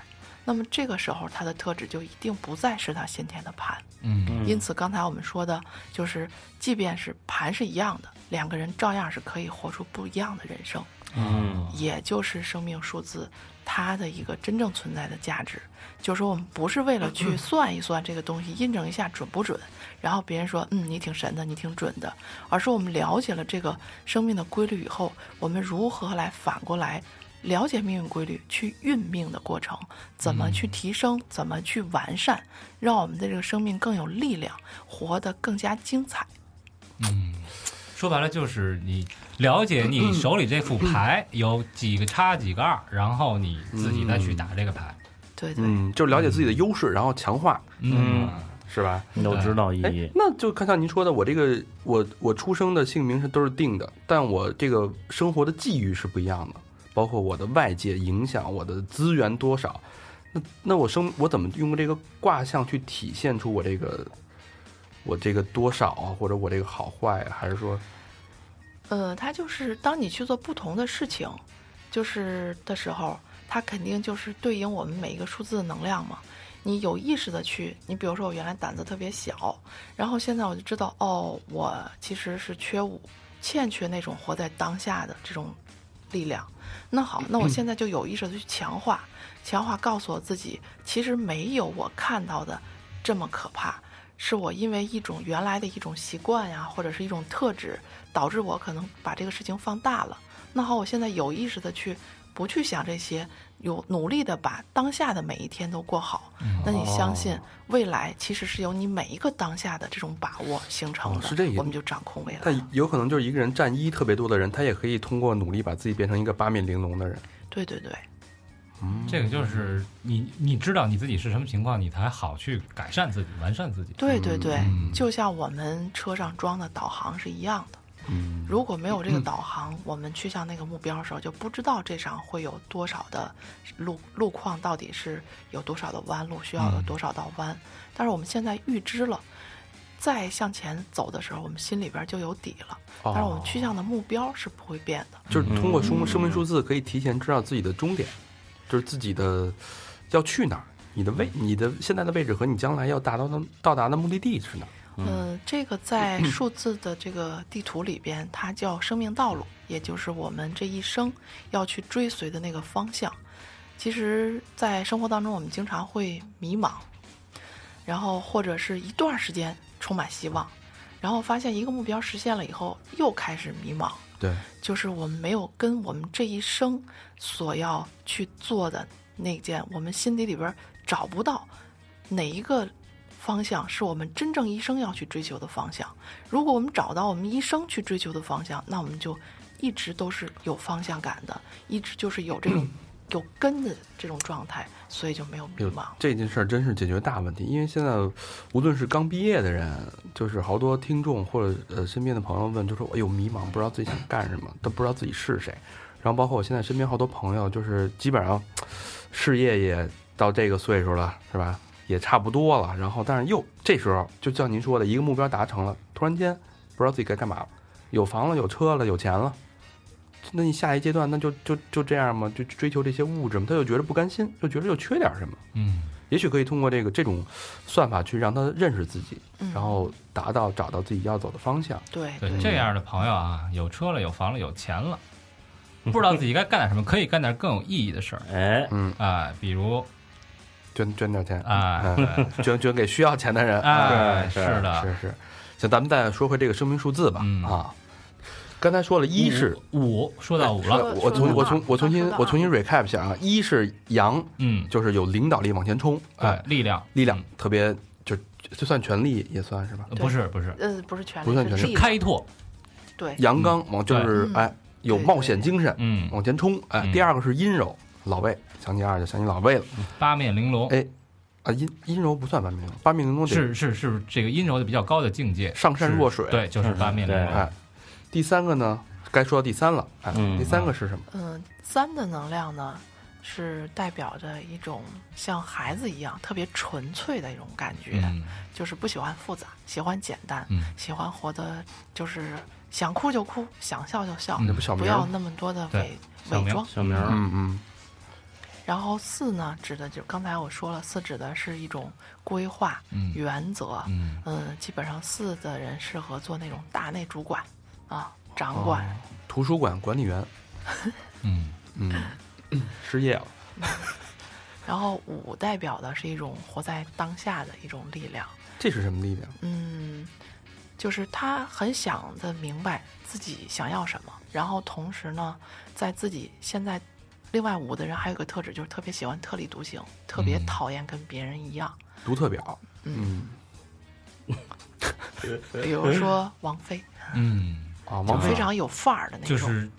Speaker 2: 那么这个时候，他的特质就一定不再是他先天的盘。
Speaker 5: 嗯
Speaker 7: 嗯
Speaker 2: 因此，刚才我们说的就是，即便是盘是一样的，两个人照样是可以活出不一样的人生。
Speaker 7: 嗯
Speaker 2: 也就是生命数字它的一个真正存在的价值。就是说，我们不是为了去算一算这个东西，印证一下准不准，然后别人说，嗯，你挺神的，你挺准的，而是我们了解了这个生命的规律以后，我们如何来反过来了解命运规律，去运命的过程，怎么去提升，怎么去完善，让我们的这个生命更有力量，活得更加精彩。
Speaker 5: 嗯，说白了就是你了解你
Speaker 1: 嗯
Speaker 5: 手里这副牌有几个叉几个二，然后你自己再去打这个牌。
Speaker 2: 对对，
Speaker 1: 嗯，就是了解自己的优势，然后强化，
Speaker 5: 嗯
Speaker 1: 是吧？
Speaker 7: 你都知道意
Speaker 2: 嗯
Speaker 1: 哎
Speaker 7: 义，，
Speaker 1: 那就看像您说的，我这个我我出生的姓名是都是定的，但我这个生活的际遇是不一样的，包括我的外界影响，我的资源多少，那那我生我怎么用这个卦象去体现出我这个我这个多少啊，或者我这个好坏啊，还是说
Speaker 2: 呃，它就是当你去做不同的事情，就是的时候，它肯定就是对应我们每一个数字的能量嘛。你有意识的去，你比如说我原来胆子特别小，然后现在我就知道，哦，我其实是缺五，欠缺那种活在当下的这种力量。那好，那
Speaker 1: 嗯
Speaker 2: 我现在就有意识的去强化，强化告诉我自己，其实没有我看到的这么可怕，是我因为一种原来的一种习惯呀，或者是一种特质，导致我可能把这个事情放大了。那好，我现在有意识的去不去想这些，有努力的把当下的每一天都过好。
Speaker 1: 嗯
Speaker 2: 那你
Speaker 1: 哦
Speaker 2: 相信未来其实是由你每一个当下的这种把握形成
Speaker 1: 哦
Speaker 2: 的，
Speaker 1: 是这个
Speaker 2: 我们就掌控未来了。
Speaker 1: 但有可能就是一个人占一特别多的人，他也可以通过努力把自己变成一个八面玲珑的人。
Speaker 2: 对对对，
Speaker 5: 这个就是你你知道你自己是什么情况，你才好去改善自己、完善自己。
Speaker 2: 对对对，
Speaker 5: 嗯
Speaker 2: 就像我们车上装的导航是一样的。
Speaker 1: 嗯，
Speaker 2: 如果没有这个导航，我们去向那个目标的时候，就不知道这上会有多少的路路况，到底是有多少的弯路，需要
Speaker 1: 嗯
Speaker 2: 有多少道弯。但是我们现在预知了，再向前走的时候，我们心里边就有底了。
Speaker 1: 哦
Speaker 2: 但是我们去向的目标是不会变的。
Speaker 1: 就是通过生生命数字可以提前知道自己的终点，就是自己的要去哪儿，你的位、你的现在的位置和你将来要达到的到达的目的地是哪儿。
Speaker 2: 嗯、这个在数字的这个地图里边，它叫生命道路，也就是我们这一生要去追随的那个方向。其实，在生活当中，我们经常会迷茫，然后或者是一段时间充满希望，然后发现一个目标实现了以后，又开始迷茫。
Speaker 1: 对，
Speaker 2: 就是我们没有跟我们这一生所要去做的那件，我们心底里边找不到哪一个方向是我们真正一生要去追求的方向。如果我们找到我们一生去追求的方向，那我们就一直都是有方向感的，一直就是有这种有根的这种状态，所以就没有迷
Speaker 1: 有
Speaker 2: 茫。
Speaker 1: 这件事儿真是解决大问题，因为现在无论是刚毕业的人，就是好多听众或者呃身边的朋友问，就说哎呦迷茫，不知道自己想干什么，都不知道自己是谁。然后包括我现在身边好多朋友，就是基本上事业也到这个岁数了，是吧？也差不多了。然后但是又这时候就像您说的，一个目标达成了，突然间不知道自己该干嘛了，有房了，有车了，有钱了。那你下一阶段那就就就这样吗？就就追求这些物质吗？他又觉得不甘心，又觉得又缺点什么。
Speaker 5: 嗯，
Speaker 1: 也许可以通过这个这种算法去让他认识自己，
Speaker 2: 嗯
Speaker 1: 然后达到找到自己要走的方向。
Speaker 2: 对
Speaker 5: 对这样的朋友啊，有车了，有房了，有钱 了，不知道自己该干点什么，可以干点更有意义的事儿
Speaker 7: 哎，
Speaker 1: 嗯，
Speaker 5: 啊，比如
Speaker 1: 捐捐点钱，嗯
Speaker 5: 啊，
Speaker 1: 捐捐给需要钱的人。
Speaker 5: 哎
Speaker 1: 对
Speaker 5: 是的
Speaker 1: 是是。行，咱们再说回这个生命数字吧
Speaker 5: 嗯。
Speaker 1: 啊，刚才说了，一是
Speaker 5: 五，说到五了，
Speaker 1: 我
Speaker 2: 说
Speaker 1: 重
Speaker 2: 到
Speaker 1: 我
Speaker 2: 二
Speaker 1: 重我重新
Speaker 2: 说到
Speaker 1: 我重新
Speaker 2: 二
Speaker 1: recap 一下啊，一是阳，
Speaker 5: 嗯，
Speaker 1: 就是有领导力往前冲，
Speaker 5: 对
Speaker 1: 哎，，
Speaker 5: 力量，
Speaker 1: 力量
Speaker 5: 嗯
Speaker 1: 特别就就算权力也算是吧，
Speaker 5: 不是不是，
Speaker 2: 呃，不是权
Speaker 1: 不
Speaker 2: 力
Speaker 1: 算权
Speaker 2: 是
Speaker 1: 力
Speaker 2: 力量，
Speaker 5: 开拓，
Speaker 2: 对，
Speaker 1: 阳刚往就是
Speaker 2: 嗯
Speaker 1: 哎有
Speaker 2: 对
Speaker 1: 冒险精神
Speaker 5: 嗯，
Speaker 1: 往前冲，哎，
Speaker 5: 嗯
Speaker 1: 第二个是阴柔，老魏想起二就想起老魏了
Speaker 5: 八面玲珑
Speaker 1: 哎，啊，阴阴柔不算八面玲珑，八面玲珑得
Speaker 5: 是是是这个阴柔的比较高的境界，
Speaker 1: 上善若水，，
Speaker 5: 对，就是八面玲
Speaker 7: 对
Speaker 5: 珑，
Speaker 1: 哎，第三个呢该说到第三了，哎，
Speaker 7: 嗯
Speaker 1: 第三个是什么？
Speaker 2: 嗯，三的能量呢，是代表着一种像孩子一样特别纯粹的一种感觉，
Speaker 5: 嗯
Speaker 2: 就是不喜欢复杂，喜欢简单，
Speaker 5: 嗯
Speaker 2: 喜欢活得就是想哭就哭，想笑就笑，
Speaker 5: 嗯
Speaker 1: 这不小
Speaker 2: 不
Speaker 1: 明儿
Speaker 2: 要
Speaker 1: 吗，
Speaker 2: 那么多的
Speaker 5: 对
Speaker 2: 伪
Speaker 5: 小
Speaker 2: 伪
Speaker 5: 明
Speaker 2: 装。
Speaker 7: 小明儿，
Speaker 1: 嗯嗯，
Speaker 2: 然后四呢，指的就刚才我说了，四指的是一种规划、
Speaker 5: 嗯
Speaker 2: 原则。
Speaker 5: 嗯
Speaker 2: 嗯，基本上四的人适合做那种大内主管啊，
Speaker 5: 哦
Speaker 2: 掌管。
Speaker 1: 图书馆管理员，
Speaker 5: 嗯
Speaker 1: 嗯，失业了，
Speaker 2: 然后五代表的是一种活在当下的一种力量。
Speaker 1: 这是什么力量？
Speaker 2: 嗯，就是他很想的明白自己想要什么，然后同时呢，在自己现在，另外五的人还有一个特质，就是特别喜欢特立独行，特别
Speaker 5: 嗯
Speaker 2: 讨厌跟别人一样。
Speaker 1: 独特表，嗯
Speaker 2: 比如说王菲，
Speaker 5: 嗯，
Speaker 1: 啊，
Speaker 2: 就
Speaker 1: 王
Speaker 2: 非
Speaker 1: 菲
Speaker 2: 常有范儿的那种。
Speaker 5: 就是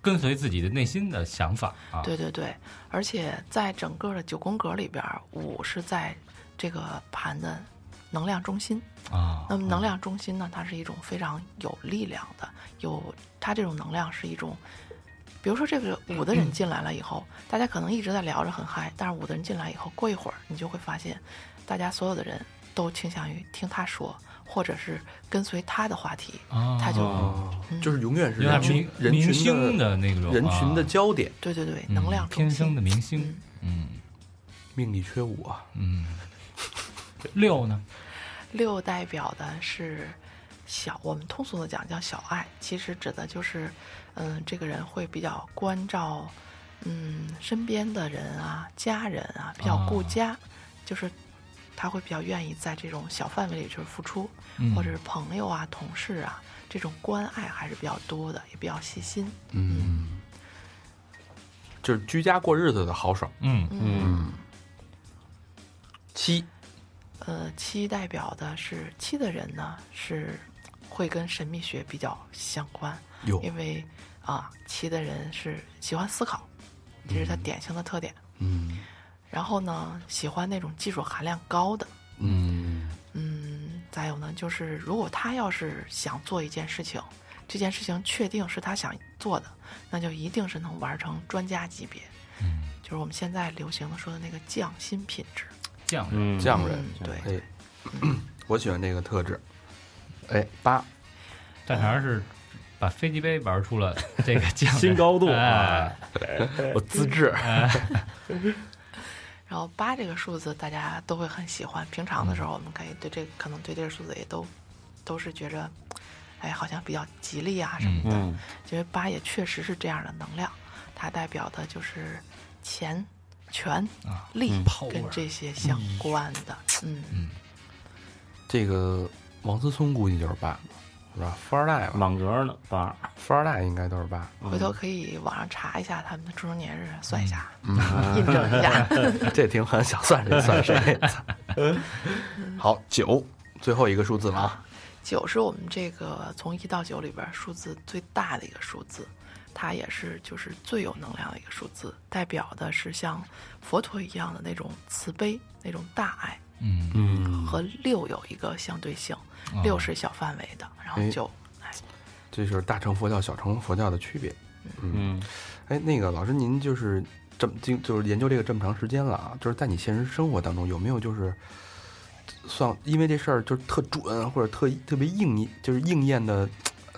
Speaker 5: 跟随自己的内心的想法啊，
Speaker 2: 对对对，而且在整个的九宫格里边儿，五是在这个盘的能量中心。
Speaker 5: 啊，
Speaker 2: 那么能量中心呢，它是一种非常有力量的，有它这种能量是一种，比如说这个
Speaker 5: 嗯
Speaker 2: 五的人进来了以后，大家可能一直在聊着很嗨，但是五的人进来以后，过一会儿你就会发现，大家所有的人都倾向于听他说，或者是跟随他的话题，
Speaker 5: 啊
Speaker 2: 他就
Speaker 1: 啊，就是永远是
Speaker 5: 有点
Speaker 1: 人群
Speaker 5: 明
Speaker 1: 人
Speaker 5: 明
Speaker 1: 群
Speaker 5: 星
Speaker 1: 的
Speaker 5: 的那种
Speaker 1: 人群的
Speaker 5: 啊
Speaker 1: 焦点，
Speaker 2: 对对对，能量
Speaker 5: 嗯
Speaker 2: 中
Speaker 5: 天生
Speaker 2: 心
Speaker 5: 的明星，嗯
Speaker 1: 命里缺五啊，
Speaker 5: 嗯，六呢，
Speaker 2: 六代表的是小，我们通俗的讲叫小爱，其实指的就是，嗯，这个人会比较关照，嗯，身边的人啊、家人啊，比较顾
Speaker 5: 啊
Speaker 2: 家，就是他会比较愿意在这种小范围里就是付出，
Speaker 5: 嗯
Speaker 2: 或者是朋友啊、同事啊这种关爱还是比较多的，也比较细心。
Speaker 1: 嗯，就是居家过日子的豪爽，
Speaker 5: 嗯
Speaker 7: 嗯，
Speaker 1: 七
Speaker 2: 呃，七代表的是七的人呢是会跟神秘学比较相关，
Speaker 1: 有
Speaker 2: 因为啊，七的人是喜欢思考，这是他典型的特点。
Speaker 1: 嗯
Speaker 2: 然后呢，喜欢那种技术含量高的。
Speaker 1: 嗯
Speaker 2: 嗯，再有呢，就是如果他要是想做一件事情，这件事情确定是他想做的，那就一定是能玩成专家级别，
Speaker 5: 嗯
Speaker 2: 就是我们现在流行的说的那个匠心品质。
Speaker 5: 匠人
Speaker 7: 嗯，
Speaker 1: 匠人，
Speaker 2: 嗯，对，
Speaker 1: 哎， 我喜欢这个特质，哎，八
Speaker 5: 大肠是把飞机杯玩出了 这个匠人
Speaker 7: 新高度
Speaker 1: 啊
Speaker 5: 哎
Speaker 1: 我资质，
Speaker 2: 然后八这个数字大家都会很喜欢，平常的时候我们可以对这个可能对这个数字也都都是觉着，哎，好像比较吉利啊什么的。
Speaker 7: 嗯，
Speaker 2: 因为八也确实是这样的能量，它代表的就是钱、权、力、跟这些相关的。嗯，
Speaker 1: 这个王思聪估计就是八，是吧？富二代吧，
Speaker 7: 网格呢，八儿，
Speaker 1: 富二代应该都是八，
Speaker 2: 回头可以网上查一下他们的出生年日，算一下，印证一下。
Speaker 1: 这挺狠，想算谁算谁。 好，九，最后一个数字了啊，
Speaker 2: 九是我们这个从一到九里边儿数字最大的一个数字，它也是就是最有能量的一个数字，代表的是像佛陀一样的那种慈悲、那种大爱，
Speaker 5: 嗯
Speaker 1: 嗯
Speaker 2: 和六有一个相对性，六是小范围的，然后
Speaker 1: 哎
Speaker 2: 九，哎，
Speaker 1: 这就是大乘佛教、小乘佛教的区别。
Speaker 7: 嗯，
Speaker 1: 哎，那个老师，您就是这么经就是研究这个这么长时间了啊，就是在你现实生活当中有没有就是算因为这事儿就是特准或者特特别应就是应验的，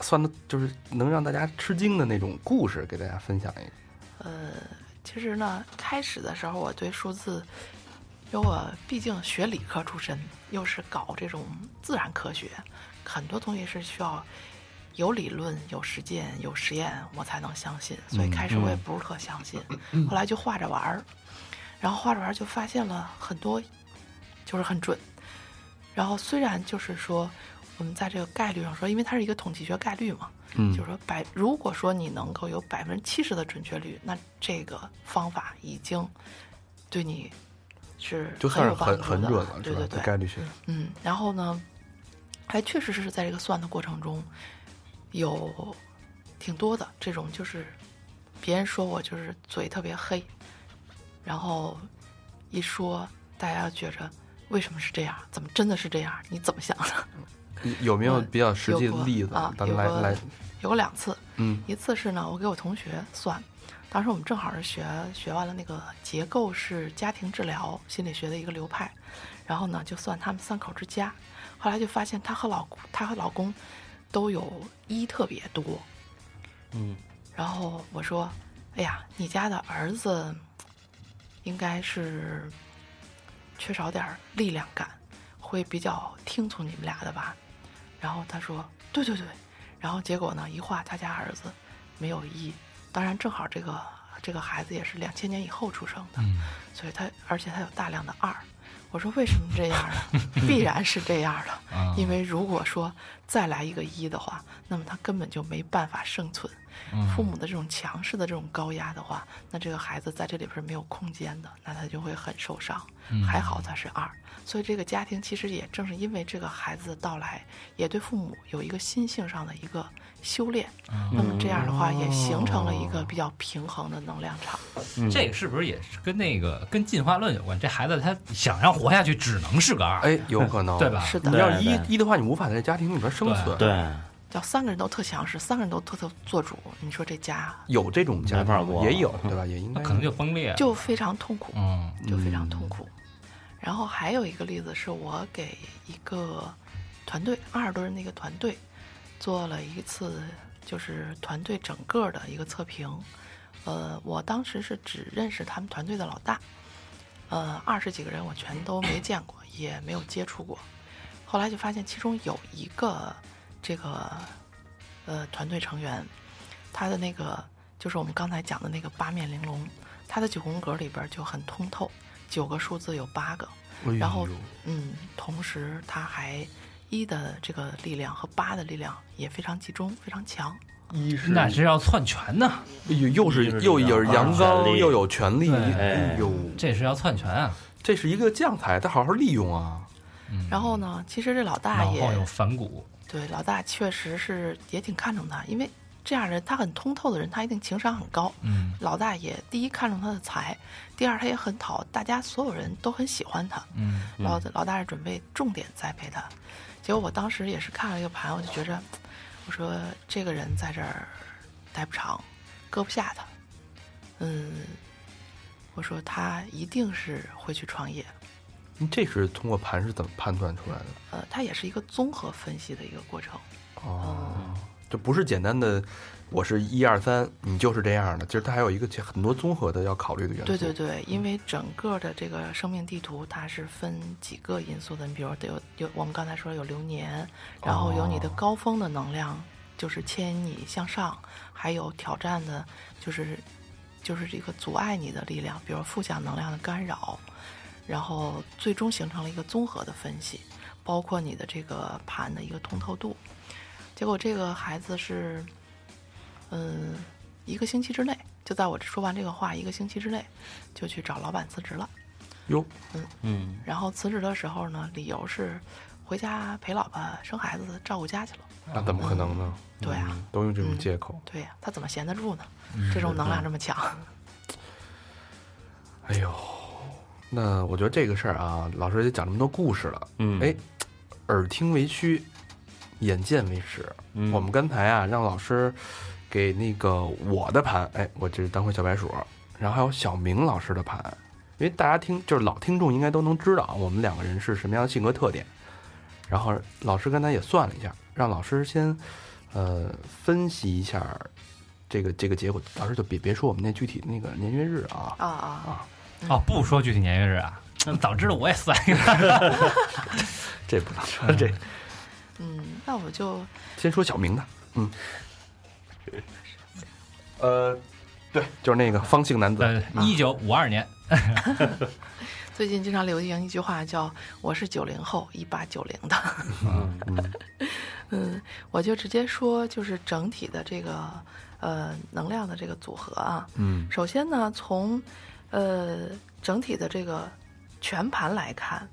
Speaker 1: 算的就是能让大家吃惊的那种故事，给大家分享一个。
Speaker 2: 呃，其实呢，开始的时候我对数字因为我毕竟学理科出身，又是搞这种自然科学，很多东西是需要有理论、有实践、有实验，我才能相信。所以开始我也不是特相信，后来就画着玩儿，然后画着玩儿就发现了很多，就是很准。然后虽然就是说我们在这个概率上说，因为它是一个统计学概率嘛，
Speaker 1: 嗯
Speaker 2: 就是说百，如果说你能够有百分之七十的准确率，那这个方法已经对你是
Speaker 1: 就算是
Speaker 2: 有帮
Speaker 1: 很
Speaker 2: 助
Speaker 1: 很
Speaker 2: 的
Speaker 1: 准
Speaker 2: 了，
Speaker 1: 了，是
Speaker 2: 对
Speaker 1: 吧
Speaker 2: 对？
Speaker 1: 这
Speaker 2: 对，
Speaker 1: 概率学，
Speaker 2: 嗯，然后呢，还确实是在这个算的过程中，有挺多的这种，就是别人说我就是嘴特别黑，然后一说大家觉着为什么是这样？怎么真的是这样？你怎么想的？
Speaker 1: 有没有
Speaker 2: 我
Speaker 1: 比较实际
Speaker 2: 有
Speaker 1: 的
Speaker 2: 过
Speaker 1: 例子
Speaker 2: 啊？
Speaker 1: 咱
Speaker 2: 有
Speaker 1: 们来
Speaker 2: 过
Speaker 1: 来，
Speaker 2: 有过两次，
Speaker 1: 嗯
Speaker 2: 一次是呢，我给我同学算，当时我们正好是学学完了那个结构式家庭治疗心理学的一个流派，然后呢就算他们三口之家，后来就发现她和老她和老公都有一特别多，
Speaker 7: 嗯，
Speaker 2: 然后我说，哎呀，你家的儿子应该是缺少点儿力量感，会比较听从你们俩的吧？然后他说，对对对，然后结果呢，一画他家儿子没有一，当然正好这个这个孩子也是两千年以后出生的，所以他而且他有大量的二。我说为什么这样呢？必然是这样的，
Speaker 5: 啊
Speaker 2: 因为如果说再来一个一的话，那么他根本就没办法生存。父母的这种强势的这种高压的话，那这个孩子在这里边是没有空间的，那他就会很受伤。还好他是二，所以这个家庭其实也正是因为这个孩子的到来，也对父母有一个心性上的一个修炼。那么这样的话，也形成了一个比较平衡的能量场。
Speaker 7: 嗯
Speaker 1: 嗯
Speaker 5: 这个是不是也是跟那个跟进化论有关？这孩子他想要活下去，只能是个二，
Speaker 1: 哎，有可能，
Speaker 5: 对？吧？
Speaker 2: 是
Speaker 1: 你
Speaker 2: 的，
Speaker 1: 要
Speaker 7: 对
Speaker 1: 一
Speaker 7: 对
Speaker 1: 一的话，你无法在这家庭里边生
Speaker 5: 对
Speaker 1: 存，
Speaker 7: 对，
Speaker 2: 叫三个人都特强势，三个人都特特做主，你说这家
Speaker 1: 有这种家
Speaker 7: 没法
Speaker 1: 庭
Speaker 7: 过
Speaker 1: 也有，对吧？也应
Speaker 5: 那
Speaker 1: 该
Speaker 5: 可能就崩裂了。
Speaker 2: 就非常痛苦。
Speaker 5: 嗯
Speaker 2: 就非常痛苦。然后还有一个例子是我给一个团队二十多人的一个团队做了一次，就是团队整个的一个测评。呃，我当时是只认识他们团队的老大，呃，二十几个人我全都没见过，也没有接触过。后来就发现其中有一个这个呃团队成员，他的那个就是我们刚才讲的那个八面玲珑，他的九宫格里边就很通透，九个数字有八个，
Speaker 1: 哎
Speaker 2: 然后
Speaker 1: 呦
Speaker 2: 嗯，同时他还一的这个力量和八的力量也非常集中，非常强。
Speaker 1: 一是
Speaker 5: 那是要篡权呐，
Speaker 1: 哎呦又是又有阳
Speaker 7: 啊权
Speaker 1: 刚
Speaker 7: 力
Speaker 1: 又有权力，
Speaker 5: 对
Speaker 1: 哎呦，
Speaker 5: 这是要篡权啊！
Speaker 1: 这是一个将才，得好好利用啊！
Speaker 2: 然后呢，其实这老大
Speaker 5: 脑
Speaker 2: 也
Speaker 5: 后有反骨，
Speaker 2: 对，老大确实是也挺看重他，因为这样人他很通透的人，他一定情商很高。
Speaker 5: 嗯
Speaker 2: 老大也第一看重他的才，第二他也很讨大家所有人都很喜欢他。
Speaker 5: 嗯，
Speaker 2: 老老大是准备重点栽培他，结果我当时也是看了一个盘，我就觉着，我说这个人在这儿待不长，搁不下他。嗯，我说他一定是会去创业。
Speaker 1: 嗯这是通过盘是怎么判断出来的？
Speaker 2: 呃，他也是一个综合分析的一个过程。
Speaker 1: 哦，这不是简单的，我是一二三，你就是这样的。其实它还有一个很多综合的要考虑的元素。
Speaker 2: 对对对，因为整个的这个生命地图，它是分几个因素的。你比如得有有我们刚才说有流年，然后有你的高峰的能量，就是牵引你向上，还有挑战的，就是就是这个阻碍你的力量，比如负向能量的干扰，然后最终形成了一个综合的分析，包括你的这个盘的一个通透度。结果这个孩子是，嗯，一个星期之内，就在我说完这个话一个星期之内，就去找老板辞职了。
Speaker 1: 哟，
Speaker 7: 嗯，
Speaker 2: 然后辞职的时候呢，理由是回家陪老婆生孩子、照顾家去了。
Speaker 1: 那怎么可能呢？
Speaker 2: 对啊，
Speaker 1: 都用这种借口。
Speaker 2: 对呀、他怎么闲得住呢？这种能量这么强，
Speaker 1: 哎呦，那我觉得这个事儿啊，老师也讲这么多故事了，
Speaker 7: 嗯，
Speaker 1: 哎，耳听为虚，眼见为实。
Speaker 7: 嗯，
Speaker 1: 我们刚才啊，让老师给那个我的盘，哎，我这是当回小白鼠，然后还有小明老师的盘，因为大家听就是老听众应该都能知道我们两个人是什么样的性格特点。然后老师刚才也算了一下，让老师先呃分析一下这个这个结果。老师就别别说我们那具体那个年月日啊，
Speaker 2: 啊啊！
Speaker 5: 哦，不说具体年月日啊，早知道我也算一个。
Speaker 1: 这不能说，这
Speaker 2: 嗯，那我就
Speaker 1: 先说小明的，嗯， 呃，对，就是那个方姓男子，
Speaker 5: 呃，一九五二年，
Speaker 2: 最近经常流行一句话叫“我是九零后，一八九零的”，
Speaker 1: 嗯
Speaker 2: 嗯，我就直接说，就是整体的这个呃能量的这个组合啊。
Speaker 1: 嗯
Speaker 2: 首先呢，从呃整体的这个全盘来看，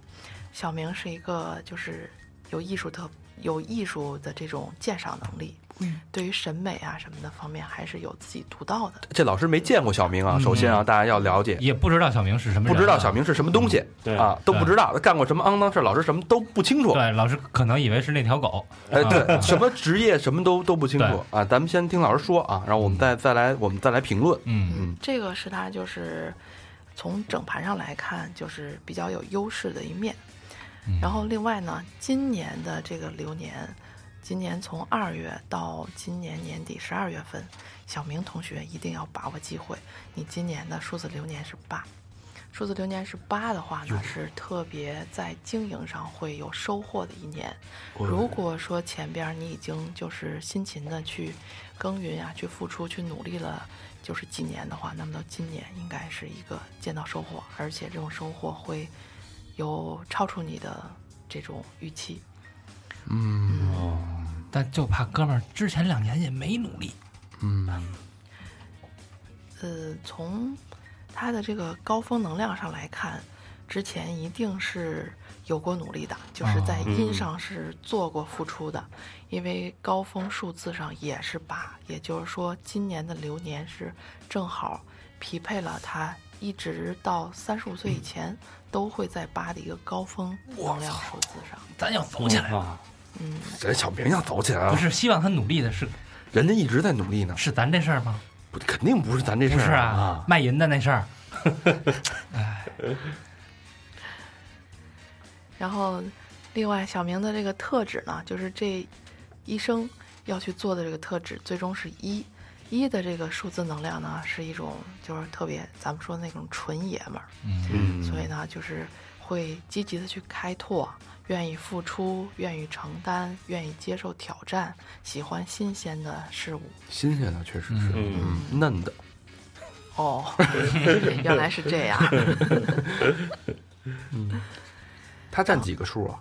Speaker 2: 小明是一个就是有艺术特有艺术的这种鉴赏能力，嗯，对于审美啊什么的方面还是有自己独到的。
Speaker 1: 这老师没见过小明啊，首先啊，大家要了解，
Speaker 5: 也不知道小明是什么嗯人啊，
Speaker 1: 不知道小明是什么东西
Speaker 7: 对
Speaker 1: 啊，都不知道他干过什么肮脏事儿，老师什么都不清楚，
Speaker 5: 对老师可能以为是那条狗，
Speaker 1: 哎，
Speaker 5: 啊
Speaker 1: 对，什么职业什么都都不清楚啊。咱们先听老师说啊，然后我们再再来我们再来评论。
Speaker 5: 嗯，
Speaker 1: 嗯
Speaker 2: 这个是他就是从整盘上来看，就是比较有优势的一面。然后另外呢，今年的这个流年，今年从二月到今年年底十二月份，小明同学一定要把握机会。你今年的数字流年是八，数字流年是八的话呢，是特别在经营上会有收获的一年。如果说前边儿你已经就是辛勤的去耕耘啊，去付出、去努力了，就是几年的话，那么到今年应该是一个见到收获，而且这种收获会有超出你的这种预期。
Speaker 5: 但就怕哥们儿之前两年也没努力，
Speaker 2: 呃，从他的这个高峰能量上来看，之前一定是有过努力的，就是在音上是做过付出的，因为高峰数字上也是八，也就是说今年的流年是正好匹配了他一直到三十五岁以前都会在八的一个高峰能量数字上。
Speaker 5: 咱要走起来。
Speaker 7: 啊，
Speaker 2: 嗯，
Speaker 1: 这哎小明要走起来
Speaker 5: 不
Speaker 1: 了，
Speaker 5: 是希望他努力的是
Speaker 1: 人家一直在努力呢，
Speaker 5: 是咱这事儿吗？
Speaker 1: 不肯定不是咱这事
Speaker 5: 不
Speaker 1: 儿。
Speaker 5: 是啊
Speaker 7: 啊，
Speaker 5: 卖淫的那事儿，
Speaker 2: 然后，另外小明的这个特质呢，就是这一生要去做的这个特质，最终是一。一的这个数字能量呢，是一种就是特别咱们说那种纯爷们儿，
Speaker 5: 嗯，
Speaker 1: 嗯，
Speaker 2: 所以呢，就是会积极的去开拓，愿意付出，愿意承担，愿意接受挑战，喜欢新鲜的事物。
Speaker 1: 新鲜的确实是，
Speaker 7: 嗯，
Speaker 1: 嗯，嫩的，
Speaker 2: 哦，原来是这样。
Speaker 1: 他占几个数啊？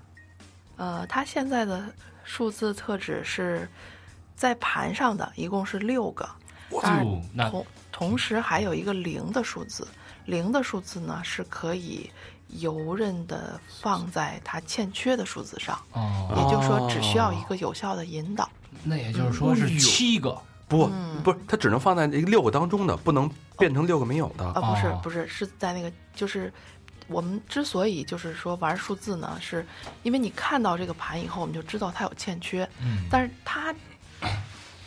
Speaker 2: 呃，它现在的数字特质是在盘上的，一共是六个。当然
Speaker 5: 就那
Speaker 2: 同同时还有一个零的数字，零的数字呢是可以游刃的放在它欠缺的数字上，
Speaker 5: 哦，
Speaker 2: 也就是说只需要一个有效的引导。
Speaker 5: 那也就是说是七个
Speaker 1: 不，不是，他只能放在这个六个当中的，不能变成六个没有的。
Speaker 2: 啊，不是
Speaker 5: 哦
Speaker 2: 不是，是在那个就是。我们之所以就是说玩数字呢，是因为你看到这个盘以后，我们就知道它有欠缺，
Speaker 5: 嗯
Speaker 2: 但是它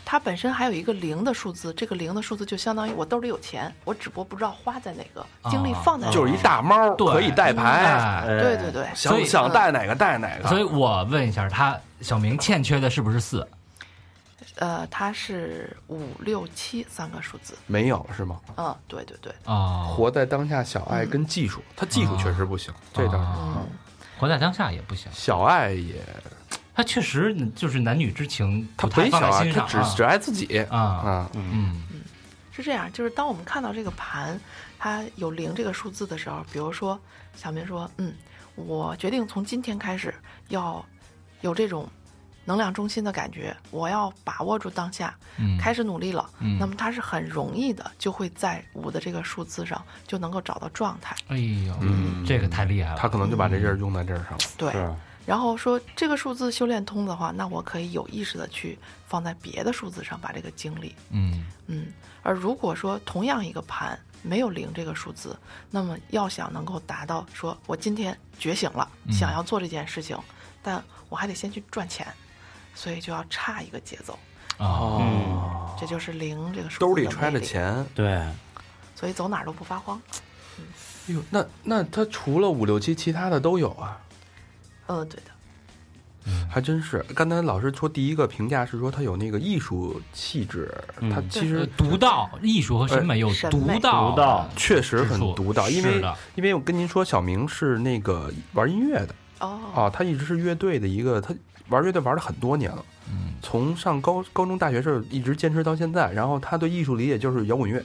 Speaker 2: 它本身还有一个零的数字，这个零的数字就相当于我兜里有钱，我只不过不知道花在哪个，精力
Speaker 5: 啊
Speaker 2: 放在哪个，
Speaker 1: 就是一大猫
Speaker 5: 对
Speaker 1: 可以带牌，
Speaker 5: 哎
Speaker 2: 对对对，
Speaker 5: 所
Speaker 1: 想
Speaker 5: 以
Speaker 1: 想带哪个带哪个。
Speaker 5: 所以我问一下他，小明欠缺的是不是四？
Speaker 2: 呃，它是五六七三个数字。
Speaker 1: 没有是吗？
Speaker 2: 嗯，对对对，
Speaker 5: 哦，
Speaker 1: 活在当下，小爱跟技术，他技术确实不行，这倒是。
Speaker 5: 嗯啊活在当下也不行，
Speaker 1: 小爱也，
Speaker 5: 他确实就是男女之情，
Speaker 1: 他
Speaker 5: 不太
Speaker 1: 没小
Speaker 5: 放在
Speaker 1: 爱，
Speaker 5: 心
Speaker 1: 他
Speaker 5: 上
Speaker 1: 只只爱自己
Speaker 5: 啊啊，
Speaker 1: 啊。
Speaker 5: 嗯
Speaker 2: 是这样，就是当我们看到这个盘它有零这个数字的时候，比如说小明说，嗯，我决定从今天开始要有这种能量中心的感觉，我要把握住当下，
Speaker 5: 嗯，
Speaker 2: 开始努力了。
Speaker 5: 嗯
Speaker 2: 那么它是很容易的，就会在五的这个数字上就能够找到状态。
Speaker 5: 哎呦，
Speaker 1: 嗯
Speaker 5: 这个太厉害了，
Speaker 1: 他可能就把这劲儿用在这儿上了。
Speaker 2: 对，
Speaker 7: 是
Speaker 1: 哦
Speaker 2: 然后说这个数字修炼通的话，那我可以有意识的去放在别的数字上，把这个精力
Speaker 5: 嗯
Speaker 2: 嗯，而如果说同样一个盘没有零这个数字，那么要想能够达到说我今天觉醒了，
Speaker 1: 嗯
Speaker 2: 想要做这件事情，但我还得先去赚钱，所以就要差一个节奏，
Speaker 1: 哦
Speaker 5: 啊，
Speaker 7: 嗯，
Speaker 2: 这就是零这个数字
Speaker 1: 兜里
Speaker 2: 的
Speaker 1: 揣着
Speaker 2: 魅力，
Speaker 1: 钱，
Speaker 7: 对，
Speaker 2: 所以走哪儿都不发慌。
Speaker 1: 哎呦，那那他除了五六七，其他的都有啊。
Speaker 2: 嗯，对的，
Speaker 1: 还真是。刚才老师说第一个评价是说它有那个艺术气质，
Speaker 7: 嗯
Speaker 1: 它其实
Speaker 5: 呃独到艺术和哎审美有
Speaker 2: 审
Speaker 5: 独
Speaker 2: 美
Speaker 5: 到
Speaker 7: 独到
Speaker 1: 确实很独到，
Speaker 5: 指
Speaker 1: 因
Speaker 5: 数是
Speaker 1: 为
Speaker 5: 的
Speaker 1: 因为我跟您说，小明是那个玩音乐的
Speaker 2: 哦，
Speaker 1: 啊，他一直是乐队的一个，他玩乐队玩了很多年了，
Speaker 5: 嗯，
Speaker 1: 从上高高中、大学时候一直坚持到现在。然后他对艺术理解就是摇滚乐，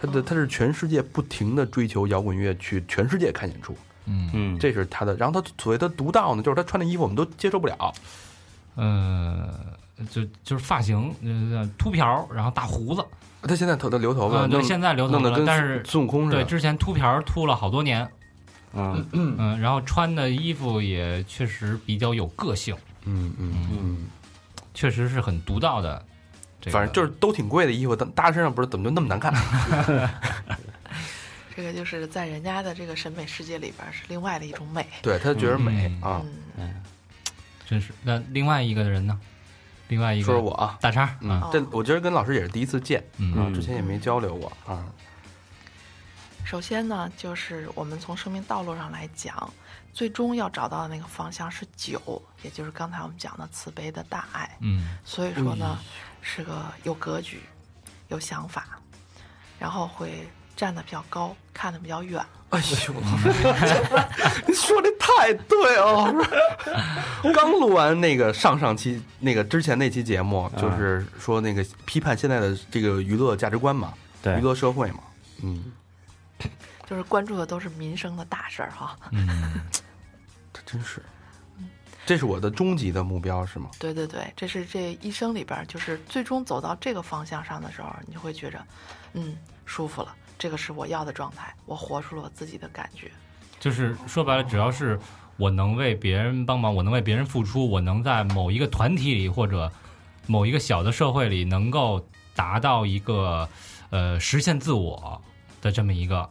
Speaker 1: 他的
Speaker 5: 嗯
Speaker 2: 哦
Speaker 1: 他是全世界不停的追求摇滚乐，去全世界看演出，
Speaker 5: 嗯
Speaker 7: 嗯，
Speaker 1: 这是他的。然后他所谓的独到呢，就是他穿的衣服我们都接受不了，嗯
Speaker 5: 呃，就就是发型，呃，秃瓢，然后大胡子，
Speaker 1: 他现在头的留头发
Speaker 5: 啊，
Speaker 1: 弄
Speaker 5: 对，现在留头
Speaker 1: 弄
Speaker 5: 发
Speaker 1: 得
Speaker 5: 了，
Speaker 1: 跟
Speaker 5: 但是
Speaker 1: 孙悟空似
Speaker 5: 对
Speaker 1: 的，
Speaker 5: 之前秃瓢秃了好多年，
Speaker 1: 啊
Speaker 7: 嗯
Speaker 5: 嗯，然后穿的衣服也确实比较有个性，
Speaker 1: 嗯嗯嗯，
Speaker 5: 确实是很独到的。这个、
Speaker 1: 反正就是都挺贵的衣服，但搭身上不是怎么就那么难 看？
Speaker 2: 这个就是在人家的这个审美世界里边儿是另外的一种美。
Speaker 1: 对他觉得美
Speaker 5: 嗯
Speaker 1: 啊。
Speaker 2: 嗯，
Speaker 5: 真是。那另外一个人呢？另外一个
Speaker 1: 说说我啊，
Speaker 5: 大叉，
Speaker 1: 嗯
Speaker 2: 哦
Speaker 5: 啊，
Speaker 1: 这我今儿跟老师也是第一次见啊
Speaker 5: 嗯，
Speaker 7: 嗯
Speaker 1: 之前也没交流过啊。
Speaker 2: 首先呢，就是我们从生命道路上来讲，最终要找到的那个方向是九，也就是刚才我们讲的慈悲的大爱。
Speaker 5: 嗯
Speaker 2: 所以说呢，是个有格局、有想法，然后会站得比较高，看得比较远。
Speaker 1: 哎呦，老师，你说的太对了， 老师。刚录完那个上上期那个之前那期节目，就是说那个批判现在的这个娱乐价值观嘛，
Speaker 7: 对
Speaker 1: 娱，乐社会嘛，嗯，
Speaker 2: 就是关注的都是民生的大事儿哈，
Speaker 5: 嗯，
Speaker 1: 这真是，这是我的终极的目标是吗？
Speaker 2: 对对对，这是这一生里边儿，就是最终走到这个方向上的时候，你就会觉着，嗯，舒服了，这个是我要的状态，我活出了我自己的感觉。
Speaker 5: 就是说白了，只要是我能为别人帮忙，我能为别人付出，我能在某一个团体里或者某一个小的社会里能够达到一个呃实现自我的这么一个，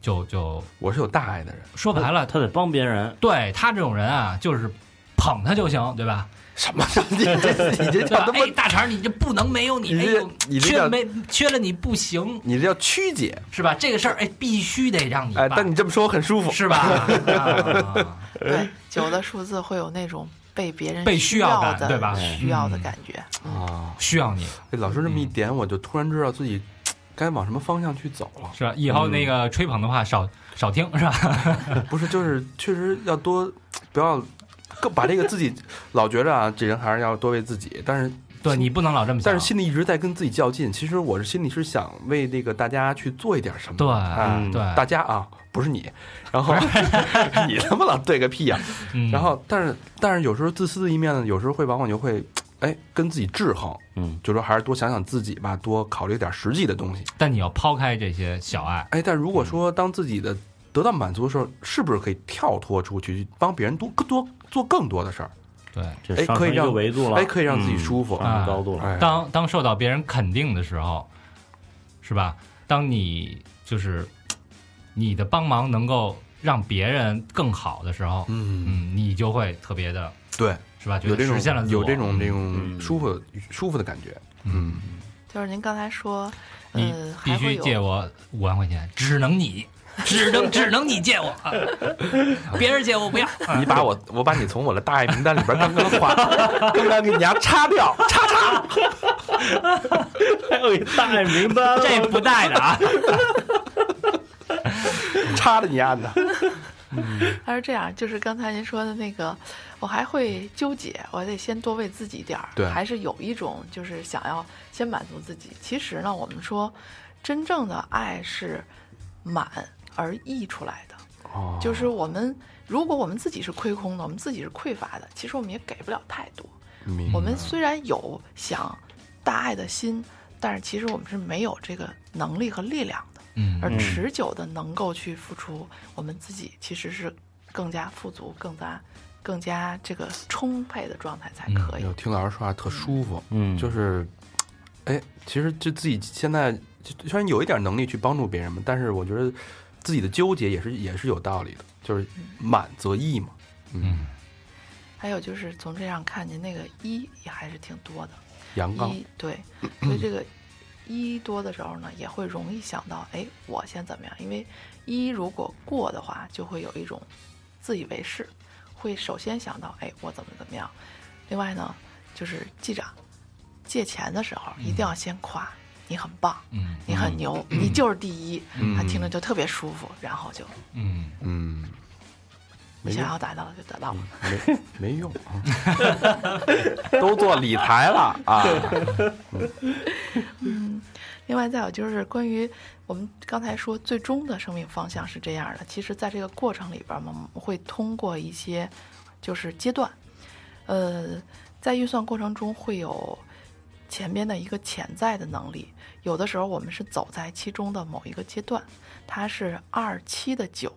Speaker 5: 就就
Speaker 1: 我是有大爱的人，
Speaker 5: 说白了，
Speaker 7: 他得帮别人，
Speaker 5: 对他这种人啊，就是捧他就行，对吧？
Speaker 1: 什么？你这你这
Speaker 5: 对
Speaker 1: 叫
Speaker 5: 吧
Speaker 1: 他？妈
Speaker 5: 哎，，大肠，你这不能没有你，
Speaker 1: 你
Speaker 5: 哎
Speaker 1: 这
Speaker 5: 呦，
Speaker 1: 你这
Speaker 5: 缺
Speaker 1: 叫
Speaker 5: 没缺了你不行，
Speaker 1: 你这叫曲解
Speaker 5: 是吧？这个事儿，哎，必须得让你
Speaker 1: 哎，
Speaker 5: 办，
Speaker 1: 但你这么说我很舒服，
Speaker 5: 是吧？ 啊
Speaker 2: 对，九的数字会有那种被别人
Speaker 5: 被需
Speaker 2: 需
Speaker 5: 要
Speaker 2: 要
Speaker 5: 感
Speaker 2: 的
Speaker 5: 对吧
Speaker 2: 需要的
Speaker 5: 嗯
Speaker 2: 感觉。
Speaker 1: 啊。
Speaker 5: 需要你，
Speaker 1: 哎老师这么一点，我就突然知道自己该往什么方向去走了。
Speaker 5: 是吧？以后那个吹捧的话少少听，是
Speaker 1: 嗯
Speaker 5: 吧？
Speaker 1: 不是，就是确实要多，不要更把这个自己老觉着啊，这人还是要多为自己。但是，
Speaker 5: 对你不能老这么想，
Speaker 1: 但是心里一直在跟自己较劲。其实我是心里是想为这个大家去做一点什么。
Speaker 5: 对
Speaker 1: 啊
Speaker 7: 嗯
Speaker 5: 对，
Speaker 1: 大家啊，不是你，然 后 你他妈老对个屁呀、
Speaker 5: 嗯
Speaker 1: 然后，但是但是有时候自私的一面呢，有时候会往往就会，哎，跟自己制衡，
Speaker 7: 嗯，
Speaker 1: 就说还是多想想自己吧，多考虑点实际的东西。
Speaker 5: 但你要抛开这些小爱，
Speaker 1: 哎，但
Speaker 5: 嗯
Speaker 1: 如果说当自己的得到满足的时候，是不是可以跳脱出去，去帮别人多更多做更多的事儿？
Speaker 5: 对，
Speaker 7: 这
Speaker 1: 哎
Speaker 7: 上
Speaker 1: 可
Speaker 7: 升
Speaker 1: 以
Speaker 7: 一
Speaker 1: 让
Speaker 7: 个维度了，
Speaker 1: 哎，可以让自己舒服。
Speaker 7: 嗯
Speaker 5: 啊
Speaker 7: 上升高度了，
Speaker 1: 哎，
Speaker 5: 当当受到别人肯定的时候，是吧？当你就是你的帮忙能够让别人更好的时候，
Speaker 1: 嗯，
Speaker 5: 嗯，你就会特别的，
Speaker 1: 对，
Speaker 5: 是吧？觉
Speaker 1: 有
Speaker 5: 得
Speaker 1: 这
Speaker 5: 实现了
Speaker 1: 种
Speaker 5: 自我
Speaker 1: 有这种这种
Speaker 7: 嗯
Speaker 1: 舒服舒服的感觉。
Speaker 5: 嗯，
Speaker 1: 嗯，
Speaker 2: 就是您刚才说，
Speaker 5: 你
Speaker 2: 呃，还
Speaker 5: 必须
Speaker 2: 会
Speaker 5: 借
Speaker 2: 有
Speaker 5: 我五万块钱，只能你，只能只能你借我， 啊别人借我不要。
Speaker 1: 你把我我把你从我的大爱名单里边刚刚划， 刚刚给你家擦掉，擦擦。
Speaker 7: 还有一哎大爱名单了，
Speaker 5: 这不带 的啊，
Speaker 1: 插着你丫的，
Speaker 2: 他是这样，就是刚才您说的那个，我还会纠结，我得先多为自己点儿，
Speaker 1: 对
Speaker 2: 还是有一种就是想要先满足自己。其实呢，我们说，真正的爱是满而溢出来的，
Speaker 1: 哦
Speaker 2: 就是我们如果我们自己是亏空的，我们自己是匮乏的，其实我们也给不了太多。
Speaker 1: 明白
Speaker 2: 我们虽然有想大爱的心，但是其实我们是没有这个能力和力量的。
Speaker 5: 嗯
Speaker 2: 而持久的能够去付出，我们自己其实是更加富足、更加更加这个充沛的状态才可以
Speaker 1: 有。听老师说话特舒服，
Speaker 7: 嗯，
Speaker 1: 就是，哎，其实就自己现在就虽然有一点能力去帮助别人嘛，但是我觉得自己的纠结也是也是有道理的，就是满则溢嘛。嗯，
Speaker 2: 还有就是从这样看，您那个一也还是挺多的，
Speaker 1: 阳刚，
Speaker 2: 一对，所以这个一多的时候呢，也会容易想到，哎，我先怎么样？因为一如果过的话，就会有一种自以为是，会首先想到，哎，我怎么怎么样。另外呢，就是记着，借钱的时候一定要先夸、你很棒，
Speaker 5: 嗯
Speaker 2: 你很牛，你就是第一，他听着就特别舒服，然后就
Speaker 5: 嗯，
Speaker 1: 嗯，
Speaker 2: 你想要达到的就达到了。
Speaker 1: 没没用啊， 都做理财了啊，
Speaker 2: 另外再有就是关于我们刚才说最终的生命方向是这样的，其实在这个过程里边儿嘛，我们会通过一些就是阶段，呃，在预算过程中会有前面的一个潜在的能力，有的时候我们是走在其中的某一个阶段，它是二七的九，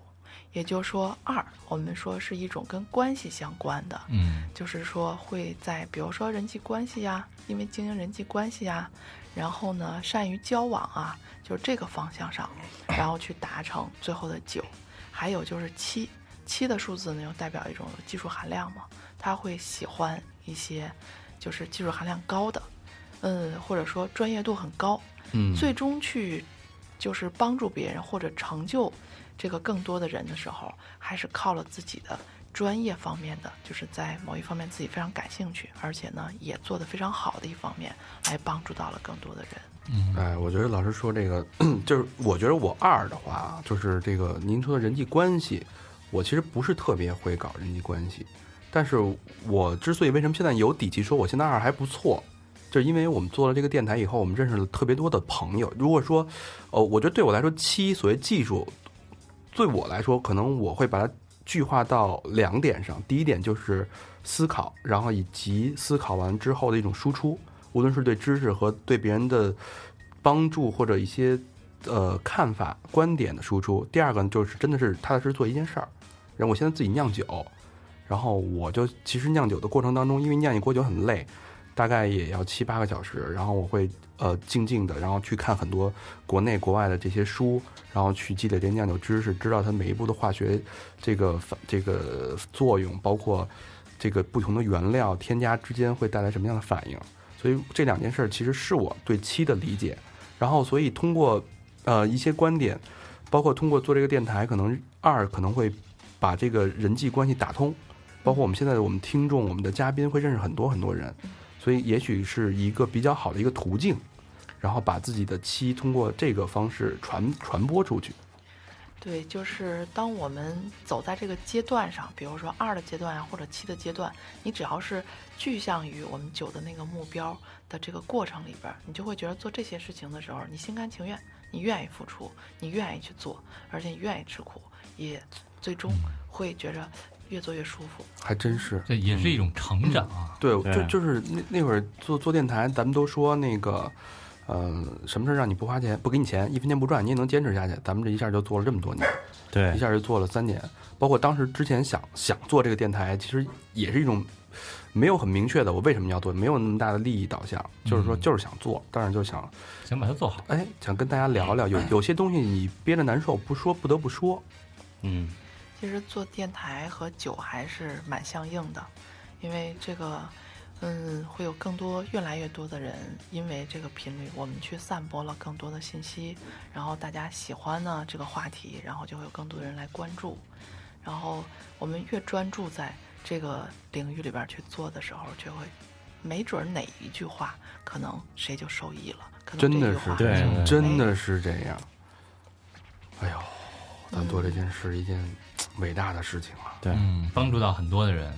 Speaker 2: 也就是说二，我们说是一种跟关系相关的，
Speaker 5: 嗯
Speaker 2: 就是说会在比如说人际关系呀、因为经营人际关系呀、然后呢善于交往啊，就是这个方向上，然后去达成最后的九。还有就是七，七的数字呢又代表一种技术含量嘛，他会喜欢一些就是技术含量高的，嗯，或者说专业度很高，
Speaker 1: 嗯
Speaker 2: 最终去就是帮助别人或者成就这个更多的人的时候，还是靠了自己的专业方面的，就是在某一方面自己非常感兴趣，而且呢也做得非常好的一方面，来帮助到了更多的人。
Speaker 1: 哎，我觉得老师说这个，就是我觉得我二的话啊，就是这个您说的人际关系，我其实不是特别会搞人际关系，但是我之所以为什么现在有底气说我现在二还不错，就是因为我们做了这个电台以后，我们认识了特别多的朋友。如果说，呃，我觉得对我来说七所谓技术，对我来说可能我会把它具化到两点上，第一点就是思考，然后以及思考完之后的一种输出。无论是对知识和对别人的帮助或者一些呃看法、观点的输出。第二个呢，就是真的是踏踏实实做一件事儿。然后我现在自己酿酒，然后我就其实酿酒的过程当中，因为酿一锅酒很累，大概也要七八个小时。然后我会呃静静的，然后去看很多国内国外的这些书，然后去积累这些酿酒知识，知道它每一步的化学这个反这个作用，包括这个不同的原料添加之间会带来什么样的反应。所以这两件事儿其实是我对七的理解。然后，所以通过呃一些观点，包括通过做这个电台，可能二可能会把这个人际关系打通，包括我们现在的我们听众、我们的嘉宾会认识很多很多人，所以也许是一个比较好的一个途径，然后把自己的七通过这个方式传传播出去。
Speaker 2: 对，就是当我们走在这个阶段上，比如说二的阶段啊，或者七的阶段，你只要是具象于我们九的那个目标的这个过程里边儿，你就会觉得做这些事情的时候，你心甘情愿，你愿意付出，你愿意去做，而且你愿意吃苦，也最终会觉着越做越舒服。
Speaker 1: 还真是，
Speaker 5: 这也是一种成长啊。
Speaker 1: 对，就
Speaker 7: 对
Speaker 1: 就是那那会儿做做电台，咱们都说那个，呃，什么事儿让你不花钱，不给你钱，一分钱不赚，你也能坚持下去。咱们这一下就做了这么多年，一
Speaker 7: 对，
Speaker 1: 下就做了三年。包括当时之前想想做这个电台，其实也是一种没有很明确的我为什么要做，没有那么大的利益导向，就是说
Speaker 5: 嗯
Speaker 1: 就是想做，但是就想
Speaker 5: 想把它做好，
Speaker 1: 哎想跟大家聊聊，有有些东西你憋着难受不说不得不说，
Speaker 7: 嗯，
Speaker 2: 其实做电台和酒还是蛮相应的，因为这个，嗯，会有更多越来越多的人因为这个频率，我们去散播了更多的信息，然后大家喜欢呢这个话题，然后就会有更多的人来关注，然后我们越专注在这个领域里边去做的时候，就会。没准儿哪一句话，可能谁就受益了。可能
Speaker 1: 真
Speaker 2: 这
Speaker 1: 的
Speaker 2: 句
Speaker 1: 是
Speaker 2: 话
Speaker 7: 对
Speaker 2: 就
Speaker 7: 对
Speaker 1: 真
Speaker 2: 哎
Speaker 1: 的是这样。哎呦，咱做这件事一件伟大的事情啊！
Speaker 5: 嗯，帮助到很多的人，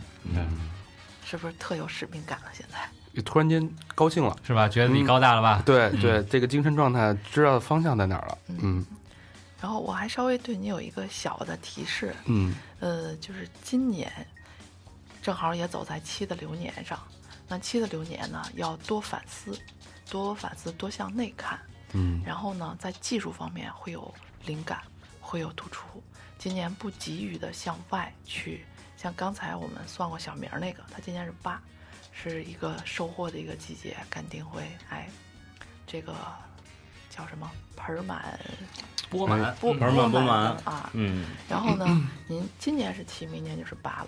Speaker 2: 是不是特有使命感了？现在
Speaker 1: 突然间高兴了。
Speaker 5: 是吧？觉得你高大了吧？
Speaker 1: 嗯对对，这个精神状态知道方向在哪儿了。嗯
Speaker 2: 嗯然后我还稍微对你有一个小的提示，
Speaker 1: 嗯，
Speaker 2: 呃，就是今年正好也走在七的流年上，那七的流年呢，要多反思，多反思，多向内看，
Speaker 1: 嗯，
Speaker 2: 然后呢，在技术方面会有灵感，会有突出。今年不急于的向外去，像刚才我们算过小明儿那个，他今年是八，是一个收获的一个季节，肯定会哎，这个叫什么盆儿满
Speaker 5: 波满，
Speaker 2: 钵
Speaker 7: 啊盆儿满钵满
Speaker 2: 啊，
Speaker 7: 嗯，
Speaker 2: 然后呢，您今年是七，明年就是八了。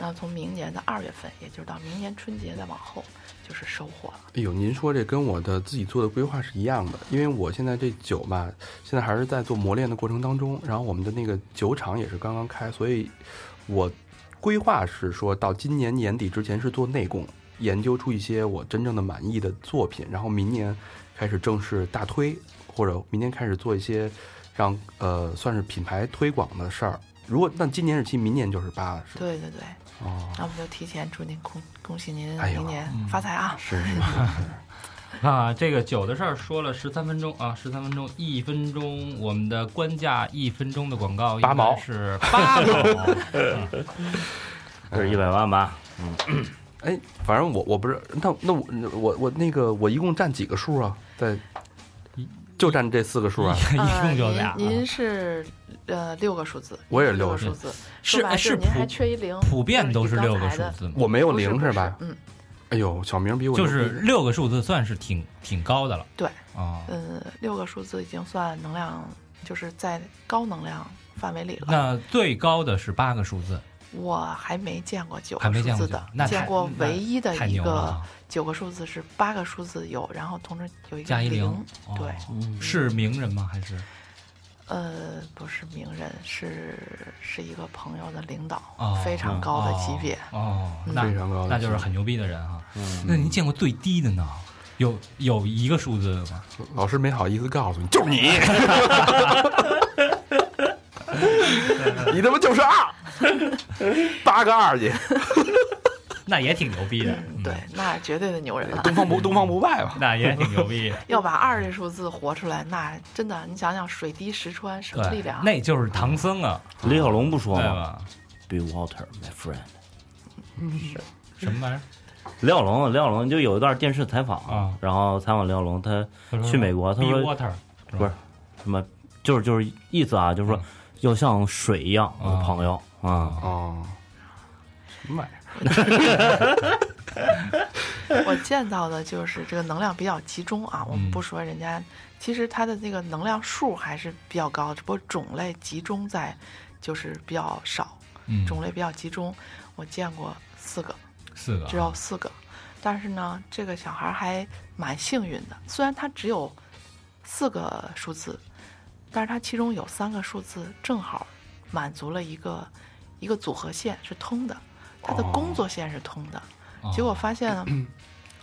Speaker 2: 那从明年的二月份，也就是到明年春节再往后，就是收获了。
Speaker 1: 哎呦，您说这跟我的自己做的规划是一样的，因为我现在这酒吧，现在还是在做磨练的过程当中，然后我们的那个酒厂也是刚刚开，所以我规划是说到今年年底之前是做内供，研究出一些我真正的满意的作品，然后明年开始正式大推，或者明年开始做一些让呃算是品牌推广的事儿。如果那今年是七，明年就是八了，是吧？
Speaker 2: 对对对，
Speaker 1: 哦，
Speaker 2: 那我们就提前祝您恭恭喜您
Speaker 1: 哎呦
Speaker 2: 明年发财啊！
Speaker 1: 是是是，
Speaker 5: 那啊这个酒的事儿说了十三分钟啊，十三分钟，一分钟，我们的官价一分钟的广告应该
Speaker 1: 八毛
Speaker 5: 是八毛，
Speaker 7: 这是一百万吧？
Speaker 1: 哎，反正我我不是，那那我我我那个我一共占几个数啊？在就占这四个数啊？
Speaker 5: 一
Speaker 2: 呃，
Speaker 5: 共就俩啊。
Speaker 2: 您您是呃六个数字，
Speaker 1: 我也是
Speaker 2: 六
Speaker 1: 六
Speaker 2: 个
Speaker 1: 个
Speaker 2: 数
Speaker 1: 数
Speaker 2: 字，
Speaker 5: 是
Speaker 2: 说白了
Speaker 5: 是
Speaker 2: 就您还
Speaker 5: 普
Speaker 2: 缺一零，
Speaker 5: 普遍都是
Speaker 2: 就是
Speaker 5: 六
Speaker 2: 你
Speaker 5: 个
Speaker 2: 刚才
Speaker 5: 数
Speaker 2: 的
Speaker 5: 字嘛，
Speaker 1: 我没有
Speaker 2: 不是
Speaker 1: 零
Speaker 2: 不是
Speaker 1: 吧？
Speaker 2: 嗯
Speaker 1: 哎呦，小明比我
Speaker 5: 就是
Speaker 1: 牛逼
Speaker 5: 六个数字算是挺挺高的了。
Speaker 2: 对
Speaker 5: 啊，
Speaker 2: 呃六个数字已经算能量，就是在高能量范围里了。
Speaker 5: 那最高的是八个数字，
Speaker 2: 我还没见过九
Speaker 5: 还
Speaker 2: 个
Speaker 5: 没
Speaker 2: 数
Speaker 5: 见过
Speaker 2: 字
Speaker 5: 九
Speaker 2: 的
Speaker 5: 那，太
Speaker 2: 见过唯一的
Speaker 5: 太
Speaker 2: 一
Speaker 5: 牛了
Speaker 2: 个
Speaker 5: 啊！
Speaker 2: 九个数字是八个数字有，然后同时有一个
Speaker 5: 加一零
Speaker 2: 零，，对
Speaker 5: 哦，是名人吗？还是
Speaker 2: 呃，不是名人，是是一个朋友的领导
Speaker 5: 哦，
Speaker 2: 非常高的级别。嗯
Speaker 5: 哦，哦那
Speaker 1: 非常高的
Speaker 5: 那就
Speaker 1: 级
Speaker 5: 是
Speaker 1: 别嗯
Speaker 5: 很牛逼的人哈。那您见过最低的呢？有有一个数字吗？
Speaker 1: 老师没好意思告诉你，就是你，你他妈就是二，八个二去，
Speaker 5: 那也挺牛逼的，
Speaker 2: 嗯对，那绝对的牛人了。
Speaker 1: 东方不东方不败吧？
Speaker 5: 那也挺牛逼的。
Speaker 2: 要把二这数字活出来，那真的，你想想，水滴石穿什么力
Speaker 5: 对
Speaker 2: 量，啊？
Speaker 5: 那就是唐僧啊，
Speaker 7: 李小龙不说
Speaker 5: 对
Speaker 7: 吗
Speaker 5: 吧？
Speaker 7: ？Be water, my friend。
Speaker 5: 什么玩意儿？
Speaker 7: 李小龙，李小龙就有一段电视采访，
Speaker 5: 啊
Speaker 7: 然后采访李小龙，他
Speaker 5: 他说
Speaker 7: 去美国他
Speaker 5: Be
Speaker 7: 说
Speaker 5: water 吧
Speaker 7: 不是什么，就是就是意思啊，就是说要像水一样，我的
Speaker 5: 啊
Speaker 7: 朋友啊，
Speaker 1: 哦，什么玩意儿？
Speaker 2: 啊 我见到的就是这个能量比较集中啊。我们
Speaker 5: 嗯
Speaker 2: 不说人家，其实它的那个能量数还是比较高，只不过种类集中在就是比较少，
Speaker 5: 嗯
Speaker 2: 种类比较集中。我见过四个，
Speaker 5: 四个啊，
Speaker 2: 只有四个，但是呢，这个小孩还蛮幸运的，虽然他只有四个数字，但是他其中有三个数字正好满足了一个一个组合线是通的，他的工作线是通的。
Speaker 5: 哦
Speaker 2: 结果发现 呢，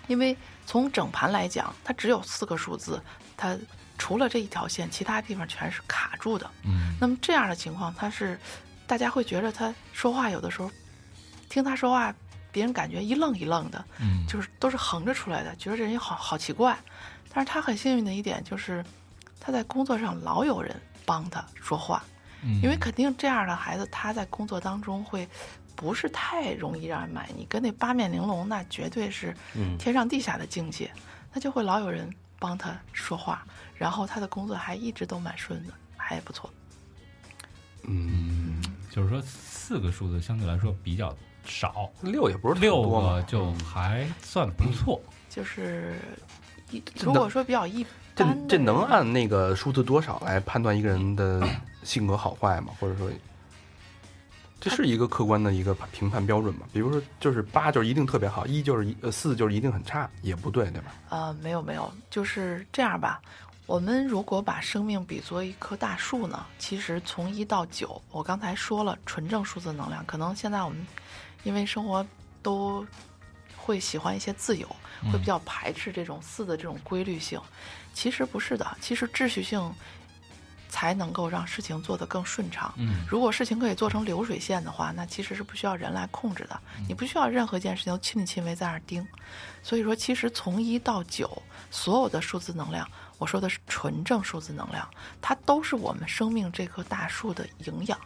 Speaker 2: 因为从整盘来讲，它只有四个数字，它除了这一条线，其他地方全是卡住的。
Speaker 5: 嗯
Speaker 2: 那么这样的情况，他是大家会觉得他说话有的时候，听他说话，别人感觉一愣一愣的，
Speaker 5: 嗯
Speaker 2: 就是都是横着出来的，觉得这人好好奇怪。但是他很幸运的一点就是，他在工作上老有人帮他说话，
Speaker 5: 嗯
Speaker 2: 因为肯定这样的孩子他在工作当中会。不是太容易让人满意，跟那八面玲珑那绝对是
Speaker 7: 嗯
Speaker 2: 天上地下的境界，他就会老有人帮他说话，然后他的工作还一直都蛮顺的，还不错。
Speaker 1: 嗯，
Speaker 5: 就是说四个数字相对来说比较少，
Speaker 1: 六也不是特
Speaker 5: 六
Speaker 1: 多嘛
Speaker 5: 个，就
Speaker 7: 嗯
Speaker 5: 还算不错。
Speaker 2: 就是一
Speaker 1: 这
Speaker 2: 如
Speaker 1: 能
Speaker 2: 果说比较一
Speaker 1: 这
Speaker 2: 般的
Speaker 1: 这能
Speaker 2: 人
Speaker 1: 按那个数字多少来判断一个人的性格好坏 吗？或者说，这是一个客观的一个评判标准吗？比如说，就是八就是一定特别好，一就是一呃四就是一定很差，也不对，对吧？
Speaker 2: 呃没有没有，就是这样吧。我们如果把生命比作一棵大树呢，其实从一到九，我刚才说了纯正数字能量，可能现在我们因为生活都会喜欢一些自由，会比较排斥这种四的这种规律性。其实不是的，其实秩序性才能够让事情做得更顺畅。
Speaker 5: 嗯
Speaker 2: 如果事情可以做成流水线的话，那其实是不需要人来控制的，你不需要任何一件事情都亲力亲为在那儿盯。所以说，其实从一到九，所有的数字能量，我说的是纯正数字能量，它都是我们生命这棵大树的营养，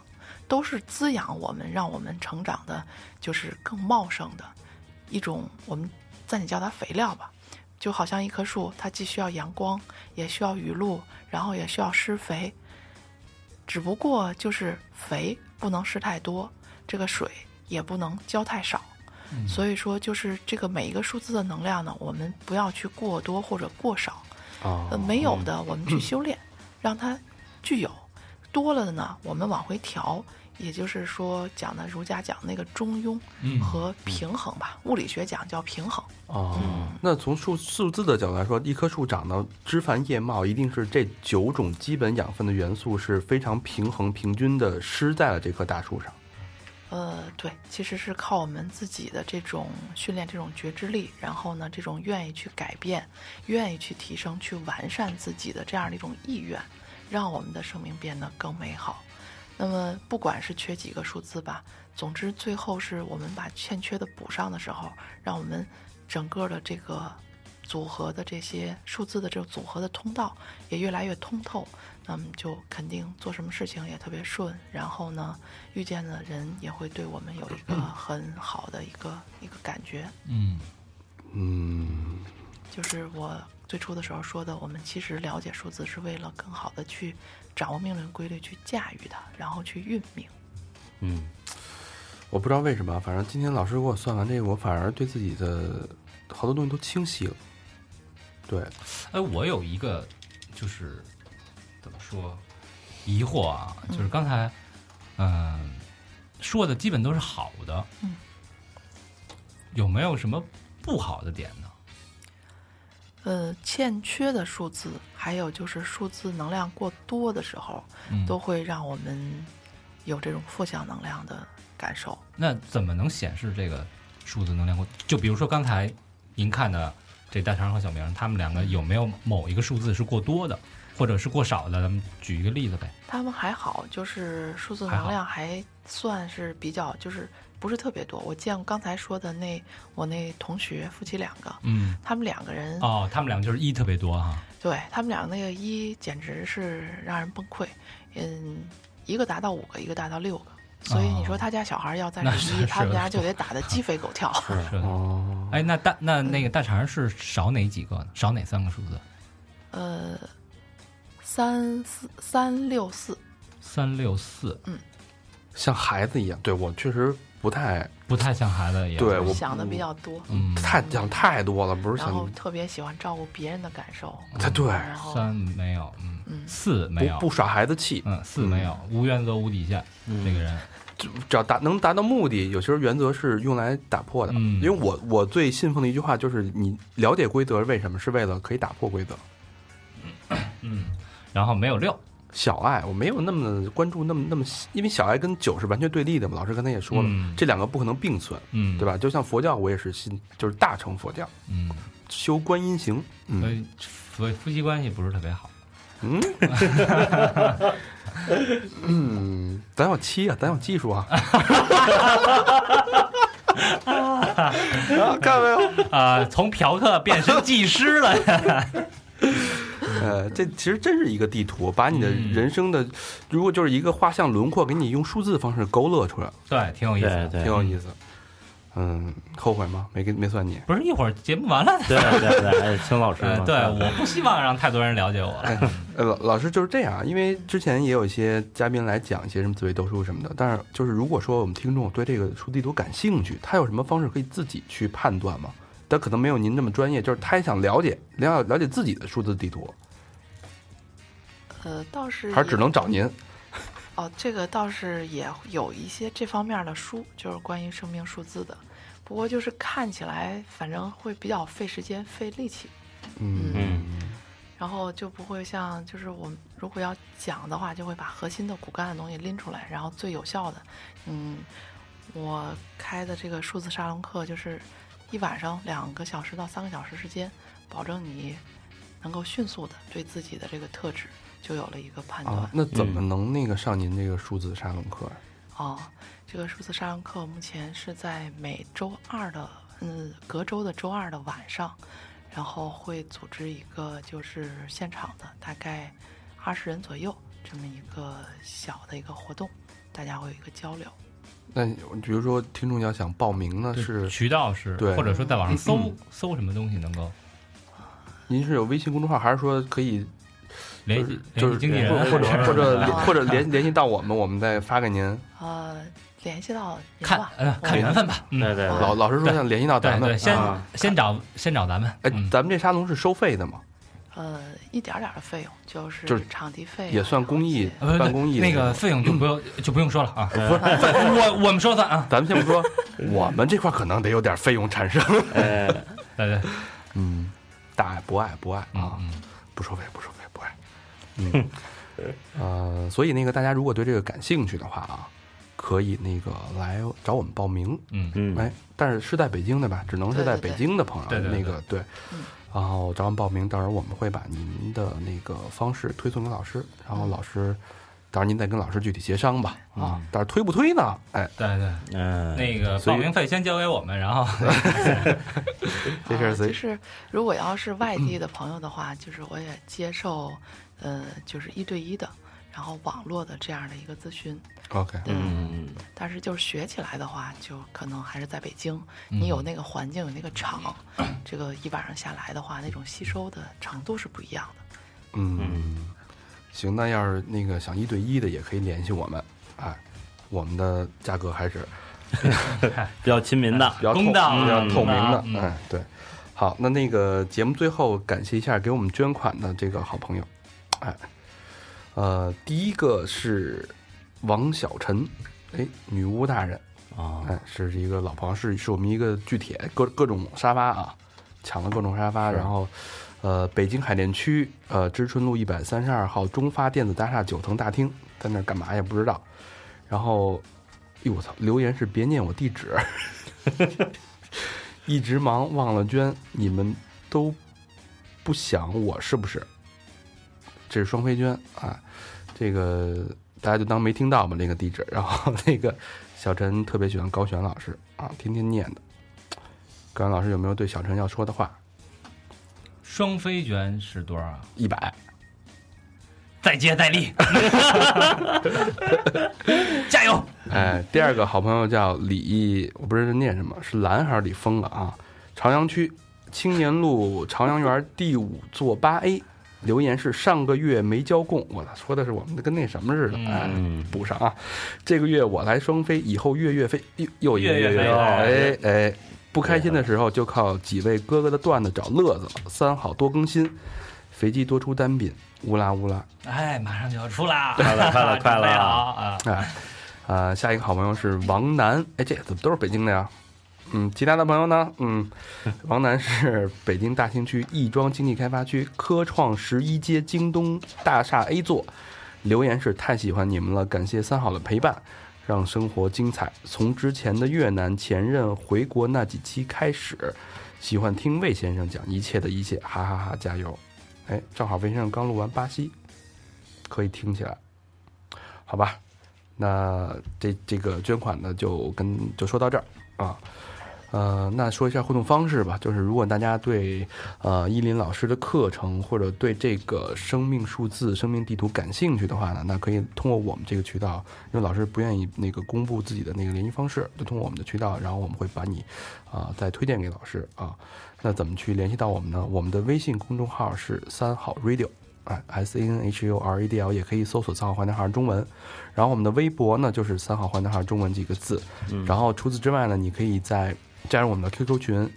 Speaker 2: 都是滋养我们、让我们成长的，就是更茂盛的一种，我们暂且叫它肥料吧。就好像一棵树，它既需要阳光，也需要雨露，然后也需要施肥，只不过就是肥不能施太多，这个水也不能浇太少。所以说，就是这个每一个数字的能量呢，我们不要去过多或者过少，
Speaker 1: 啊
Speaker 2: 呃，没有的我们去修炼，让它具有；多了的呢，我们往回调。也就是说，讲的儒家讲那个中庸
Speaker 5: 嗯
Speaker 2: 和平衡吧，物理学讲叫平衡。
Speaker 1: 哦，
Speaker 2: 嗯
Speaker 1: 那从数数字的角度来说，一棵树长到枝繁叶茂，一定是这九种基本养分的元素是非常平衡平均的施在了这棵大树上。
Speaker 2: 呃，对，其实是靠我们自己的这种训练、这种觉知力，然后呢，这种愿意去改变、愿意去提升、去完善自己的这样的一种意愿，让我们的生命变得更美好。那么，不管是缺几个数字吧，总之最后是我们把欠缺的补上的时候，让我们整个的这个组合的这些数字的这个组合的通道也越来越通透，那么就肯定做什么事情也特别顺，然后呢，遇见的人也会对我们有一个很好的一个一个感觉，
Speaker 5: 嗯
Speaker 1: 嗯，
Speaker 2: 就是我最初的时候说的，我们其实了解数字是为了更好的去掌握命运规律，去驾驭它，然后去运命。
Speaker 7: 嗯，
Speaker 1: 我不知道为什么，反正今天老师给我算完这个，我反而对自己的好多东西都清晰了。对，
Speaker 5: 哎，我有一个就是怎么说疑惑啊，就是刚才嗯、说的基本都是好的，
Speaker 2: 嗯，
Speaker 5: 有没有什么不好的点呢？
Speaker 2: 呃，欠缺的数字，还有就是数字能量过多的时候，
Speaker 5: 嗯
Speaker 2: 都会让我们有这种负向能量的感受。
Speaker 5: 那怎么能显示这个数字能量过？就比如说刚才您看的这大肠和小明，他们两个有没有某一个数字是过多的，或者是过少的？咱们举一个例子呗。
Speaker 2: 他们还好，就是数字能量还算是比较，就是不是特别多。我见刚才说的那我那同学夫妻两个，
Speaker 5: 嗯，
Speaker 2: 他们两个人，
Speaker 5: 哦，他们两个就是一特别多哈、
Speaker 2: 对他们俩那个一简直是让人崩溃。嗯，一个达到五个，一个达到六个，所以你说他家小孩要再
Speaker 5: 那
Speaker 2: 是
Speaker 5: 是
Speaker 2: 一，
Speaker 5: 是
Speaker 2: 他们
Speaker 5: 的
Speaker 2: 家就得打得鸡飞狗跳。
Speaker 5: 是的。
Speaker 1: 哦，
Speaker 5: 哎，那大那那个大肠是少哪几个呢？少哪三个数字？
Speaker 2: 呃，三四三六四，
Speaker 5: 三六四，
Speaker 1: 像孩子一样，对我确实不太
Speaker 5: 不太像孩子也
Speaker 1: 对我
Speaker 2: 想的比较多，
Speaker 5: 嗯，
Speaker 1: 太想太多了，不是
Speaker 2: 然后
Speaker 1: 想
Speaker 2: 特别喜欢照顾别人的感受，
Speaker 1: 他对
Speaker 2: 然后
Speaker 5: 三没有，嗯，
Speaker 2: 嗯
Speaker 5: 四嗯没有，
Speaker 1: 不不嗯耍孩子气，
Speaker 5: 嗯，四没有，无原则无底线，这个人，
Speaker 1: 就只要达能达到目的，有些原则是用来打破的。
Speaker 5: 嗯
Speaker 1: 因为我我最信奉的一句话就是，你了解规则是为什么？是为了可以打破规则。
Speaker 5: 嗯，然后没有六，
Speaker 1: 小爱，我没有那么关注那么那么细，因为小爱跟九是完全对立的嘛。老师刚才也说了，
Speaker 5: 嗯
Speaker 1: 这两个不可能并存，
Speaker 5: 嗯，
Speaker 1: 对？吧？就像佛教，我也是信，就是大乘佛教
Speaker 5: 嗯，
Speaker 1: 修观音行。
Speaker 5: 所
Speaker 1: 嗯
Speaker 5: 以所以夫妻关系不是特别好，
Speaker 1: 嗯，嗯，咱有七啊，咱有技术啊。啊，看到没有？
Speaker 5: 啊，从嫖客变身技师了，
Speaker 1: 呃，这其实真是一个地图，把你的
Speaker 5: 嗯
Speaker 1: 人生的，如果就是一个画像轮廓，给你用数字方式勾勒出来，
Speaker 5: 对，挺有意思
Speaker 7: 对
Speaker 5: 的。
Speaker 1: 挺
Speaker 7: 对
Speaker 1: 有意思。嗯，后悔吗？没跟没算你。
Speaker 5: 不是一会儿节目完了，
Speaker 7: 对对对，哎，青老师
Speaker 5: 呃
Speaker 7: 嘛，
Speaker 5: 对，我不希望让太多人了解我，
Speaker 1: 呃，老老师就是这样啊，因为之前也有一些嘉宾来讲一些什么紫微斗数什么的，但是就是如果说我们听众对这个数地图感兴趣，他有什么方式可以自己去判断吗？但可能没有您那么专业，就是他也想了解了了解自己的数字地图，
Speaker 2: 呃倒是
Speaker 1: 还是只
Speaker 2: 也
Speaker 1: 能找您。
Speaker 2: 哦，这个倒是也有一些这方面的书，就是关于生命数字的，不过就是看起来反正会比较费时间费力气，
Speaker 1: 嗯
Speaker 7: 嗯，
Speaker 2: 然后就不会像就是我们如果要讲的话，就会把核心的骨干的东西拎出来，然后最有效的，嗯，我开的这个数字沙龙课就是一晚上两个小时到三个小时时间，保证你能够迅速的对自己的这个特质就有了一个判断。
Speaker 1: 啊，那怎么能那个上您这个数字沙龙课呀？啊
Speaker 2: 哦，这个数字沙龙课目前是在每周二的，嗯，隔周的周二的晚上，然后会组织一个就是现场的，大概二十人左右这么一个小的一个活动，大家会有一个交流。
Speaker 1: 那比如说听众要想报名呢，是
Speaker 5: 渠道是，
Speaker 1: 对嗯
Speaker 5: 或者说在网上搜搜什么东西能够
Speaker 1: 您是有微信公众号，还是说可以
Speaker 5: 联系
Speaker 1: 就是
Speaker 5: 联系经纪人啊，
Speaker 1: 或者或者或者
Speaker 2: 啊
Speaker 1: 或者联联系到我们，我们再发给您？
Speaker 2: 呃，联系到您
Speaker 5: 看
Speaker 1: 啊
Speaker 2: 吧，
Speaker 5: 呃
Speaker 2: 我
Speaker 5: 看缘分吧，嗯
Speaker 7: 对对
Speaker 1: 老老实说，
Speaker 5: 对
Speaker 1: 想联系到咱
Speaker 5: 对
Speaker 1: 们
Speaker 5: 对，，先
Speaker 1: 啊
Speaker 5: 先找先找咱们，
Speaker 1: 哎
Speaker 5: 嗯，
Speaker 1: 咱们这沙龙是收费的嘛？
Speaker 2: 呃一点儿点儿的费用，就是
Speaker 1: 就是
Speaker 2: 场地费啊
Speaker 1: 也算公益
Speaker 5: 呃不是
Speaker 1: 办公益的
Speaker 5: 那个费用就不用就不用说了啊，
Speaker 1: 不是，
Speaker 5: 我我们说算啊，
Speaker 1: 咱们先 不说，我们这块可能得有点费用产生。
Speaker 7: 哎，
Speaker 5: 对对，
Speaker 1: 嗯，大爱不爱不爱
Speaker 5: 嗯
Speaker 1: 啊，
Speaker 5: 嗯
Speaker 1: 不收费不收费不爱。嗯，呃，所以那个大家如果对这个感兴趣的话啊，可以那个来找我们报名。
Speaker 5: 嗯，
Speaker 7: 嗯，
Speaker 1: 哎，但是是在北京的吧？只能是在
Speaker 2: 对对
Speaker 1: 北
Speaker 2: 对
Speaker 1: 京的朋友，
Speaker 5: 对对对
Speaker 1: 那个对
Speaker 2: 嗯。
Speaker 1: 然后找我们报名，到时候我们会把您的那个方式推送给老师，然
Speaker 2: 嗯
Speaker 1: 后老师，到时候您再跟老师具体协商吧。啊，
Speaker 5: 嗯
Speaker 1: 但是推不推呢？哎，
Speaker 5: 对对，
Speaker 7: 嗯，
Speaker 5: 那个
Speaker 1: 所以
Speaker 5: 报名费先交给我们，然后
Speaker 1: 这事
Speaker 2: 啊
Speaker 1: 儿
Speaker 2: 就
Speaker 1: 随
Speaker 2: 是如果要是外地的朋友的话，就是我也接受，呃，就是一对一的，然后网络的这样的一个咨询。
Speaker 1: OK。
Speaker 2: 对，
Speaker 7: 嗯，
Speaker 2: 但是就是学起来的话，就可能还是在北京，你有那个环境，有那个场，这个一晚上下来的话，那种吸收的程度是不一样的。
Speaker 1: 嗯，行，那要是那个想一对一的，也可以联系我们。哎，我们的价格还是
Speaker 7: 比较亲民的，
Speaker 1: 哎比较透
Speaker 5: 公道
Speaker 1: 比较
Speaker 7: 嗯
Speaker 1: 透明的。
Speaker 5: 嗯
Speaker 1: 哎，对，好，那那个节目最后感谢一下给我们捐款的这个好朋友。哎，呃，第一个是王小晨，哎，女巫大人，
Speaker 7: 啊，
Speaker 1: 哎，是一个老朋友，是是我们一个巨铁，各各种沙发啊，抢了各种沙发，然后，呃，北京海淀区呃知春路一百三十二号中发电子大厦九层大厅，在那儿干嘛也不知道。然后，哎呦我操，留言是别念我地址， 一直忙忘了捐，你们都不想我是不是？这是双飞娟啊，这个大家就当没听到吧，那个地址。然后那个小陈特别喜欢高璇老师啊，天天念的。高璇老师有没有对小陈要说的话？
Speaker 5: 双飞卷是多少啊？
Speaker 1: 一百，
Speaker 5: 再接再 厉， 加油！
Speaker 1: 哎，第二个好朋友叫李，我不知道念什么，是蓝还是李峰了啊？朝阳区青年路朝阳园第五座八 A，留言是上个月没交供，我操，说的是我们跟那什么似的，哎，
Speaker 7: 嗯，
Speaker 1: 补上啊！这个月我来双飞，以后月月飞，又又一个
Speaker 5: 月月
Speaker 1: 月
Speaker 5: 飞
Speaker 1: 哎哎，不开心的时候就靠几位哥哥的段子找乐子了。三好多更新，肥鸡多出单品，乌拉乌拉。
Speaker 5: 哎，马上就要出啦！
Speaker 7: 快了快了快了
Speaker 5: 准备好啊！
Speaker 1: 哎，啊、下一个好朋友是王楠，哎，这怎么都是北京的呀？嗯，其他的朋友呢？嗯，王楠是北京大兴区亦庄经济开发区科创十一街京东大厦 A 座，留言是太喜欢你们了，感谢三好的陪伴，让生活精彩。从之前的越南前任回国那几期开始，喜欢听魏先生讲一切的一切，哈哈哈加油！哎，正好魏先生刚录完巴西，可以听起来，好吧？那这这个捐款呢，就跟就说到这儿啊。呃，那说一下互动方式吧，就是如果大家对呃依林老师的课程或者对这个生命数字、生命地图感兴趣的话呢，那可以通过我们这个渠道，因为老师不愿意那个公布自己的那个联系方式，就通过我们的渠道，然后我们会把你啊、再推荐给老师啊。那怎么去联系到我们呢？我们的微信公众号是三好 radio，哎，S A N H U R A D L，也可以搜索三好坏男孩中文。然后我们的微博呢，就是三好坏男孩中文几个字。然后除此之外呢，你可以在加入我们的 QQ 群，然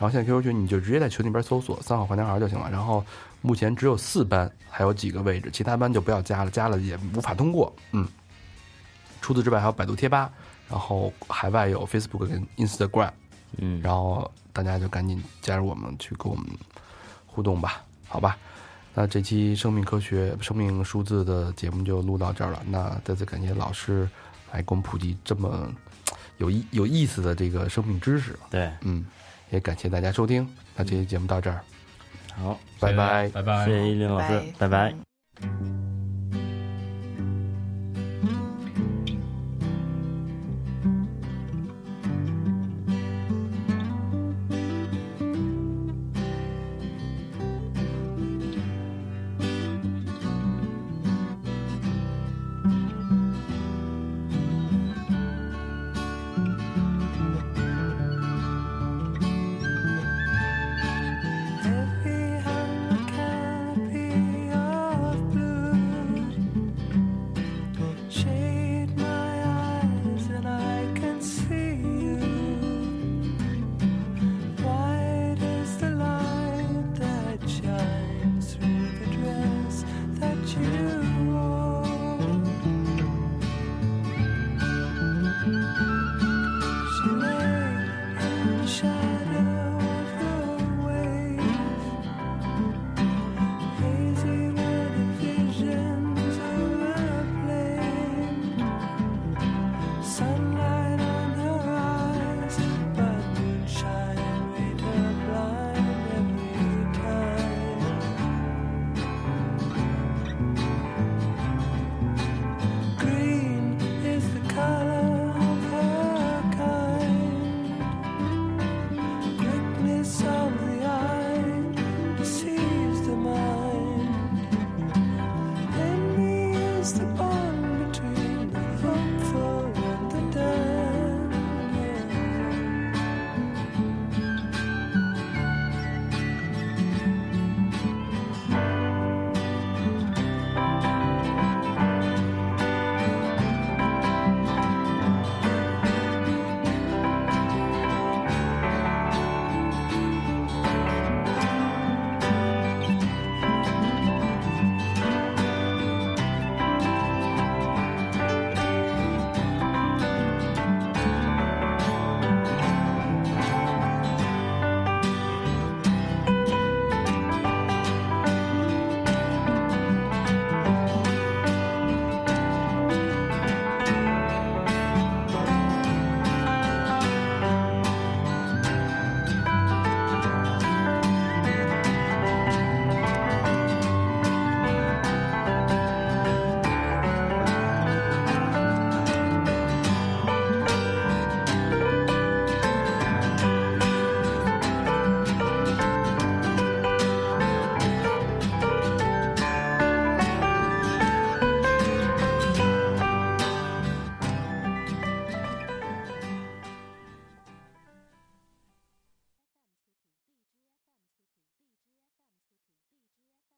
Speaker 1: 后现在 QQ 群你就直接在群里边搜索“三好坏男孩”就行了。然后目前只有四班还有几个位置，其他班就不要加了，加了也无法通过。嗯，除此之外还有百度贴吧，然后海外有 Facebook 跟 Instagram，
Speaker 7: 嗯，
Speaker 1: 然后大家就赶紧加入我们去跟我们互动吧，好吧？那这期生命科学、生命数字的节目就录到这儿了。那再次感谢老师来给我们普及这么有意有意思的这个生命知识，
Speaker 7: 对，
Speaker 1: 嗯，也感谢大家收听。那这期节目到这儿，
Speaker 7: 好，
Speaker 1: 拜拜。
Speaker 5: 拜拜哎
Speaker 7: 谢。谢依林老师
Speaker 2: 拜，
Speaker 7: 拜拜。
Speaker 2: 嗯